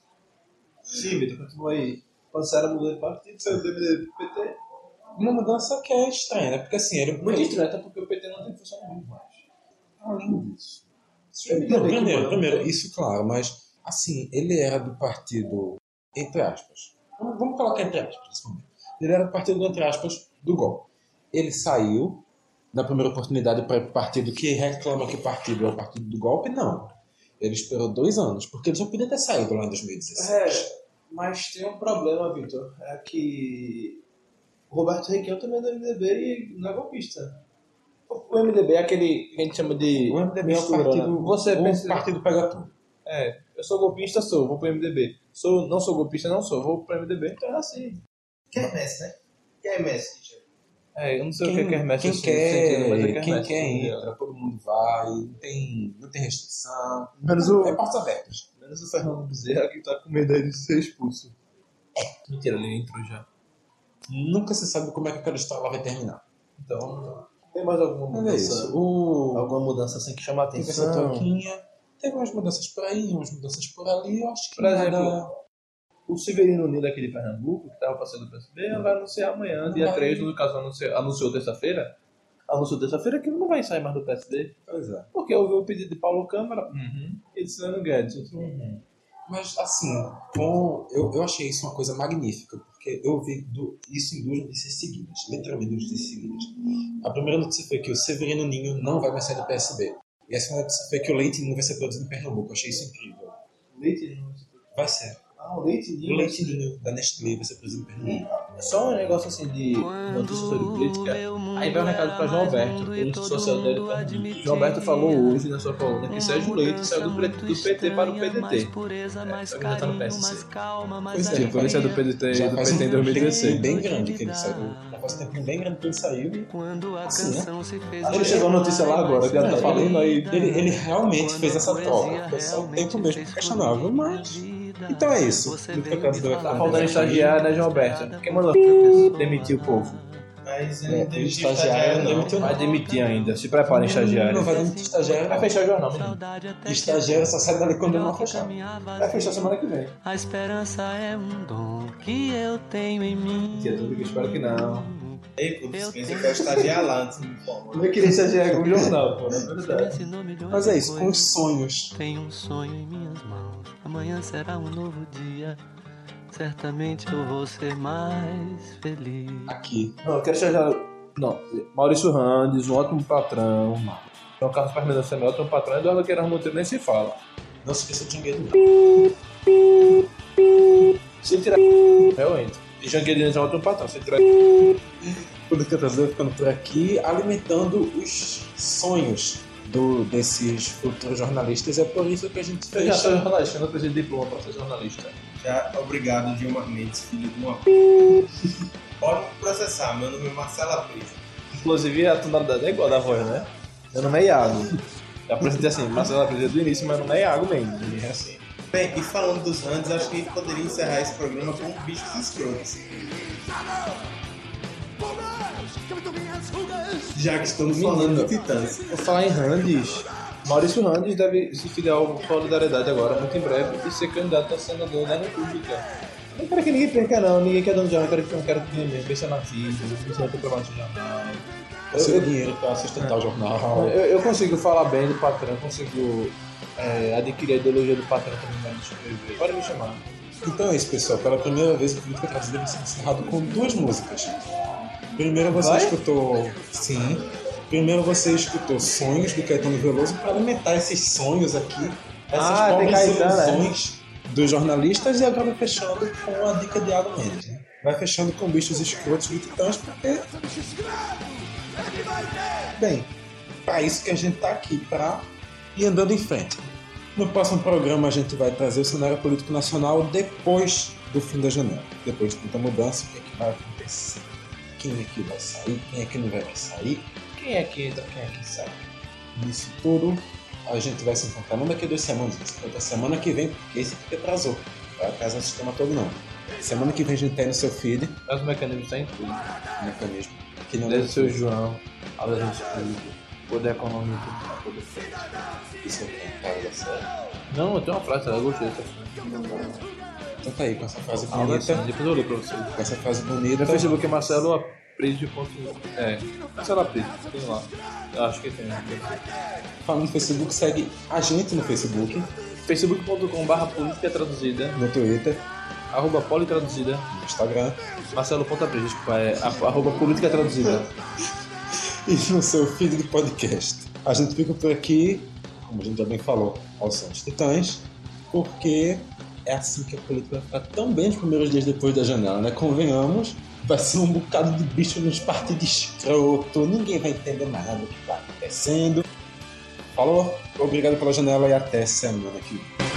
Speaker 1: Sim, Vitor, continua aí.
Speaker 4: Quando você era mudou de partido, você deveria pro PT.
Speaker 2: Uma mudança que é estranha, né? Porque assim, ele. um
Speaker 1: Muito estranho, até porque o PT não tem funcionamento mais.
Speaker 2: Além disso. Não, É,
Speaker 1: um
Speaker 2: primeiro, primeiro, isso claro, mas assim, ele era do partido, entre aspas. Vamos, vamos colocar entre aspas nesse momento. Ele era do partido, entre aspas, do golpe. Ele saiu da primeira oportunidade para o partido que reclama que o partido é o partido do golpe, não. Ele esperou dois anos, porque ele só podia ter saído lá em 2016.
Speaker 4: É, mas tem um problema, Vitor. É que o Roberto Requião também é do MDB e não é golpista.
Speaker 1: O MDB é aquele que a gente chama de.
Speaker 2: O MDB é o
Speaker 1: mistura, né?
Speaker 2: partido,
Speaker 1: Você
Speaker 2: o
Speaker 1: pensa-
Speaker 2: partido pega tudo.
Speaker 1: É, eu sou golpista, sou, vou pro MDB. Sou, não sou golpista, não sou, vou pro MDB. Então é assim.
Speaker 4: Quem é Messi, né? Quem é Messi, Richard?
Speaker 1: É, eu não sei
Speaker 2: Quem,
Speaker 1: o que é quermesse.
Speaker 2: quem
Speaker 1: assim,
Speaker 2: quer,
Speaker 1: sentido, mas é
Speaker 2: quem
Speaker 1: quermesse,
Speaker 2: quer
Speaker 1: entendeu?
Speaker 2: entra, todo mundo vai, não tem, não tem restrição.
Speaker 1: Menos o,
Speaker 2: É portas abertas.
Speaker 1: menos o Fernando Bezerra que tá com medo aí de ser expulso.
Speaker 2: É.
Speaker 1: Mentira, ele entrou já.
Speaker 2: Nunca se sabe como é que aquela história lá vai terminar.
Speaker 1: Então, tem mais alguma
Speaker 2: Mas é
Speaker 1: mudança?
Speaker 2: isso. Então, O,
Speaker 1: Alguma mudança assim que chama a
Speaker 2: teve essa
Speaker 1: atenção?
Speaker 2: toquinha, teve umas mudanças por aí, umas mudanças por ali, eu acho que
Speaker 1: Por exemplo,
Speaker 2: nada-
Speaker 1: O Severino Nilo aqui de Pernambuco, que estava passando pelo PSB, vai anunciar amanhã, dia
Speaker 2: Vai.
Speaker 1: 3, no caso anunciou, anunciou terça-feira. Anunciou terça-feira que ele não vai sair mais do PSD.
Speaker 2: Pois é.
Speaker 1: Porque houve o pedido de Paulo Câmara
Speaker 2: Uhum.
Speaker 1: e de Sano Guedes. Outro,
Speaker 2: Mas assim, com, eu, eu achei isso uma coisa magnífica, porque eu vi do, isso em duas notícias seguidas, literalmente duas notícias seguidas. A primeira notícia foi que o Severino Ninho não vai mais sair do PSB. E a segunda notícia foi que o leite ninho vai ser produzido em Pernambuco. Eu achei isso incrível.
Speaker 1: Leite não.
Speaker 2: Vai ser.
Speaker 1: Ah, o Leite
Speaker 2: O
Speaker 1: Ninho.
Speaker 2: leite ninho da Nestlé vai ser produzido em Pernambuco.
Speaker 1: Só um negócio assim de notícia sobre política. Aí vai um recado pra João Alberto, político social dele. Pernambuco. João Alberto falou hoje na sua coluna que Sérgio Leite saiu do, pre- do PT para o PDT.
Speaker 5: Pureza, mais
Speaker 1: só que ainda tá no
Speaker 5: carinho,
Speaker 1: PSC.
Speaker 5: mais calma, mais
Speaker 2: Pois é,
Speaker 1: Tipo, ele saiu do PDT
Speaker 2: Já
Speaker 1: do
Speaker 2: faz um
Speaker 1: PT em 2016.
Speaker 2: tempinho bem grande que ele saiu. Já faz um tempinho bem grande que ele saiu.
Speaker 5: Quando a
Speaker 2: Assim, né?
Speaker 5: canção se fez
Speaker 1: Ele chegou a notícia lá agora, o cara tá
Speaker 2: Não,
Speaker 1: falando aí.
Speaker 2: Ele, ele realmente fez essa troca. Foi só o tempo mesmo que questionável, mas. Então é isso. Do que eu quero dizer
Speaker 1: Tá faltando estagiário, né, João Alberto? Quem mandou demitir o povo?
Speaker 4: Mas
Speaker 2: É,
Speaker 4: ele não
Speaker 2: o estagiário
Speaker 4: teve
Speaker 2: né?
Speaker 4: estagiário, não.
Speaker 2: demitiu,
Speaker 1: Vai demitir ainda, se preparem,
Speaker 2: Não
Speaker 1: estagiário.
Speaker 2: vai demitir estagiário.
Speaker 1: Vai
Speaker 2: não.
Speaker 1: fechar o jornal, menino.
Speaker 2: Estagiário só sai dali quando não fechar.
Speaker 1: Vai fechar semana que vem.
Speaker 5: A esperança é um dom que eu tenho em mim.
Speaker 1: Mentira, tudo que eu espero que não.
Speaker 4: Ei, Clube, pensa que é o estagiário lá, não se informa.
Speaker 1: Eu queria estagiar com o jornal, pô, na verdade.
Speaker 5: Esse nome de uma
Speaker 2: Mas é isso, com
Speaker 5: coisa.
Speaker 2: os sonhos.
Speaker 5: Tenho um sonho em minhas mãos. Amanhã será um novo dia. Certamente eu vou ser mais feliz.
Speaker 2: Aqui.
Speaker 1: Não, eu quero estagiar. Não, Maurício Randes, um ótimo patrão. João Carlos Fernandes é um ótimo patrão. Eduardo Queiroz Monteiro nem se fala.
Speaker 2: Não se esqueça de Jangueiro.
Speaker 1: Se tirar. Realmente. E Jangueirinhas é um ótimo patrão. Se tirar.
Speaker 2: Tudo que eu tô fazendo, ficando por aqui, alimentando os sonhos do, desses futuros jornalistas. É por isso que a gente
Speaker 1: Eu já
Speaker 2: fez.
Speaker 1: sou jornalista, eu não preciso de diploma pra ser jornalista.
Speaker 4: Já, obrigado, Gilmar Mendes, filho de uma. Pode me processar, meu nome é Marcela Prisa.
Speaker 1: Inclusive a tonalidade é igual da voz, né? Meu nome é Iago. Eu apresentei assim, Marcelo apresentou do início, mas meu nome é Iago mesmo. Ele é assim.
Speaker 4: Bem, e falando dos Randes, acho que a gente poderia encerrar esse programa com um bichos escrotos. Já que estamos falando de titãs.
Speaker 1: né? Vou falar em Randes. Maurício Randes deve se filiar ao Solidariedade agora, muito em breve, e ser candidato a senador da República. Não quero que ninguém perca, não. Ninguém quer dono de jornal, quero que não quero que ninguém pensa na vida, pensa no trabalho do jornal.
Speaker 2: O seu dinheiro para sustentar o jornal.
Speaker 1: Eu, eu consigo falar bem do patrão, consigo é, adquirir a ideologia do patrão também na hora de escrever. Pode me chamar.
Speaker 2: Então é isso, pessoal. Pela primeira vez, o Política Trazida vai ser encerrado com duas músicas. Primeiro você
Speaker 1: Vai?
Speaker 2: escutou. Sim. Primeiro você escutou Sonhos do Caetano Veloso para alimentar esses sonhos aqui, essas
Speaker 1: Ah, tem
Speaker 2: pobres
Speaker 1: Caetano,
Speaker 2: ilusões dos jornalistas e agora fechando com a dica de Água Mendes. né? Vai fechando com bichos escrotos do Titãs porque. Bem, para isso que a gente tá aqui, pra ir andando em frente. No próximo programa a gente vai trazer o cenário político nacional depois do fim da janela. Depois de tanta mudança, o que, é que vai acontecer? Quem é que vai sair? Quem é que não vai sair?
Speaker 1: Quem é que entra, quem é que sai?
Speaker 2: Nisso tudo, a gente vai se encontrar não daqui a duas semanas, mas daqui a semana que vem, porque esse aqui atrasou. Vai atrasar o sistema todo não. Semana que vem a gente tem no seu feed,
Speaker 1: Mas o mecanismo está em tudo.
Speaker 2: no mecanismo, que não é
Speaker 1: Desde o seu João, a da gente pública, poder econômico, poder
Speaker 2: Isso é o cara da série.
Speaker 1: Não, eu tenho uma frase, eu gostei dessa frase.
Speaker 2: Então tá aí, com essa frase
Speaker 1: Algo assim,
Speaker 2: bonita.
Speaker 1: depois eu leio pra vocês.
Speaker 2: Com essa frase
Speaker 1: Meu
Speaker 2: bonita.
Speaker 1: Facebook é Marcelo Aprígio. É, Marcelo Aprígio, tem lá. Eu acho que tem.
Speaker 2: Falando no Facebook, segue a gente no Facebook,
Speaker 1: facebook.com.br política traduzida,
Speaker 2: no Twitter,
Speaker 1: arroba politraduzida,
Speaker 2: no Instagram
Speaker 1: Marcelo Ponta Aprígio, desculpa, é a- arroba política traduzida.
Speaker 2: e no seu feed de podcast. A gente fica por aqui, como a gente já bem falou, aos Santos Titãs, porque é assim que a política vai ficar tão bem nos primeiros dias depois da janela, né? Convenhamos, vai ser um bocado de bicho nos partidos escroto, ninguém vai entender nada do que tá acontecendo. Falou, obrigado pela janela e até semana que vem.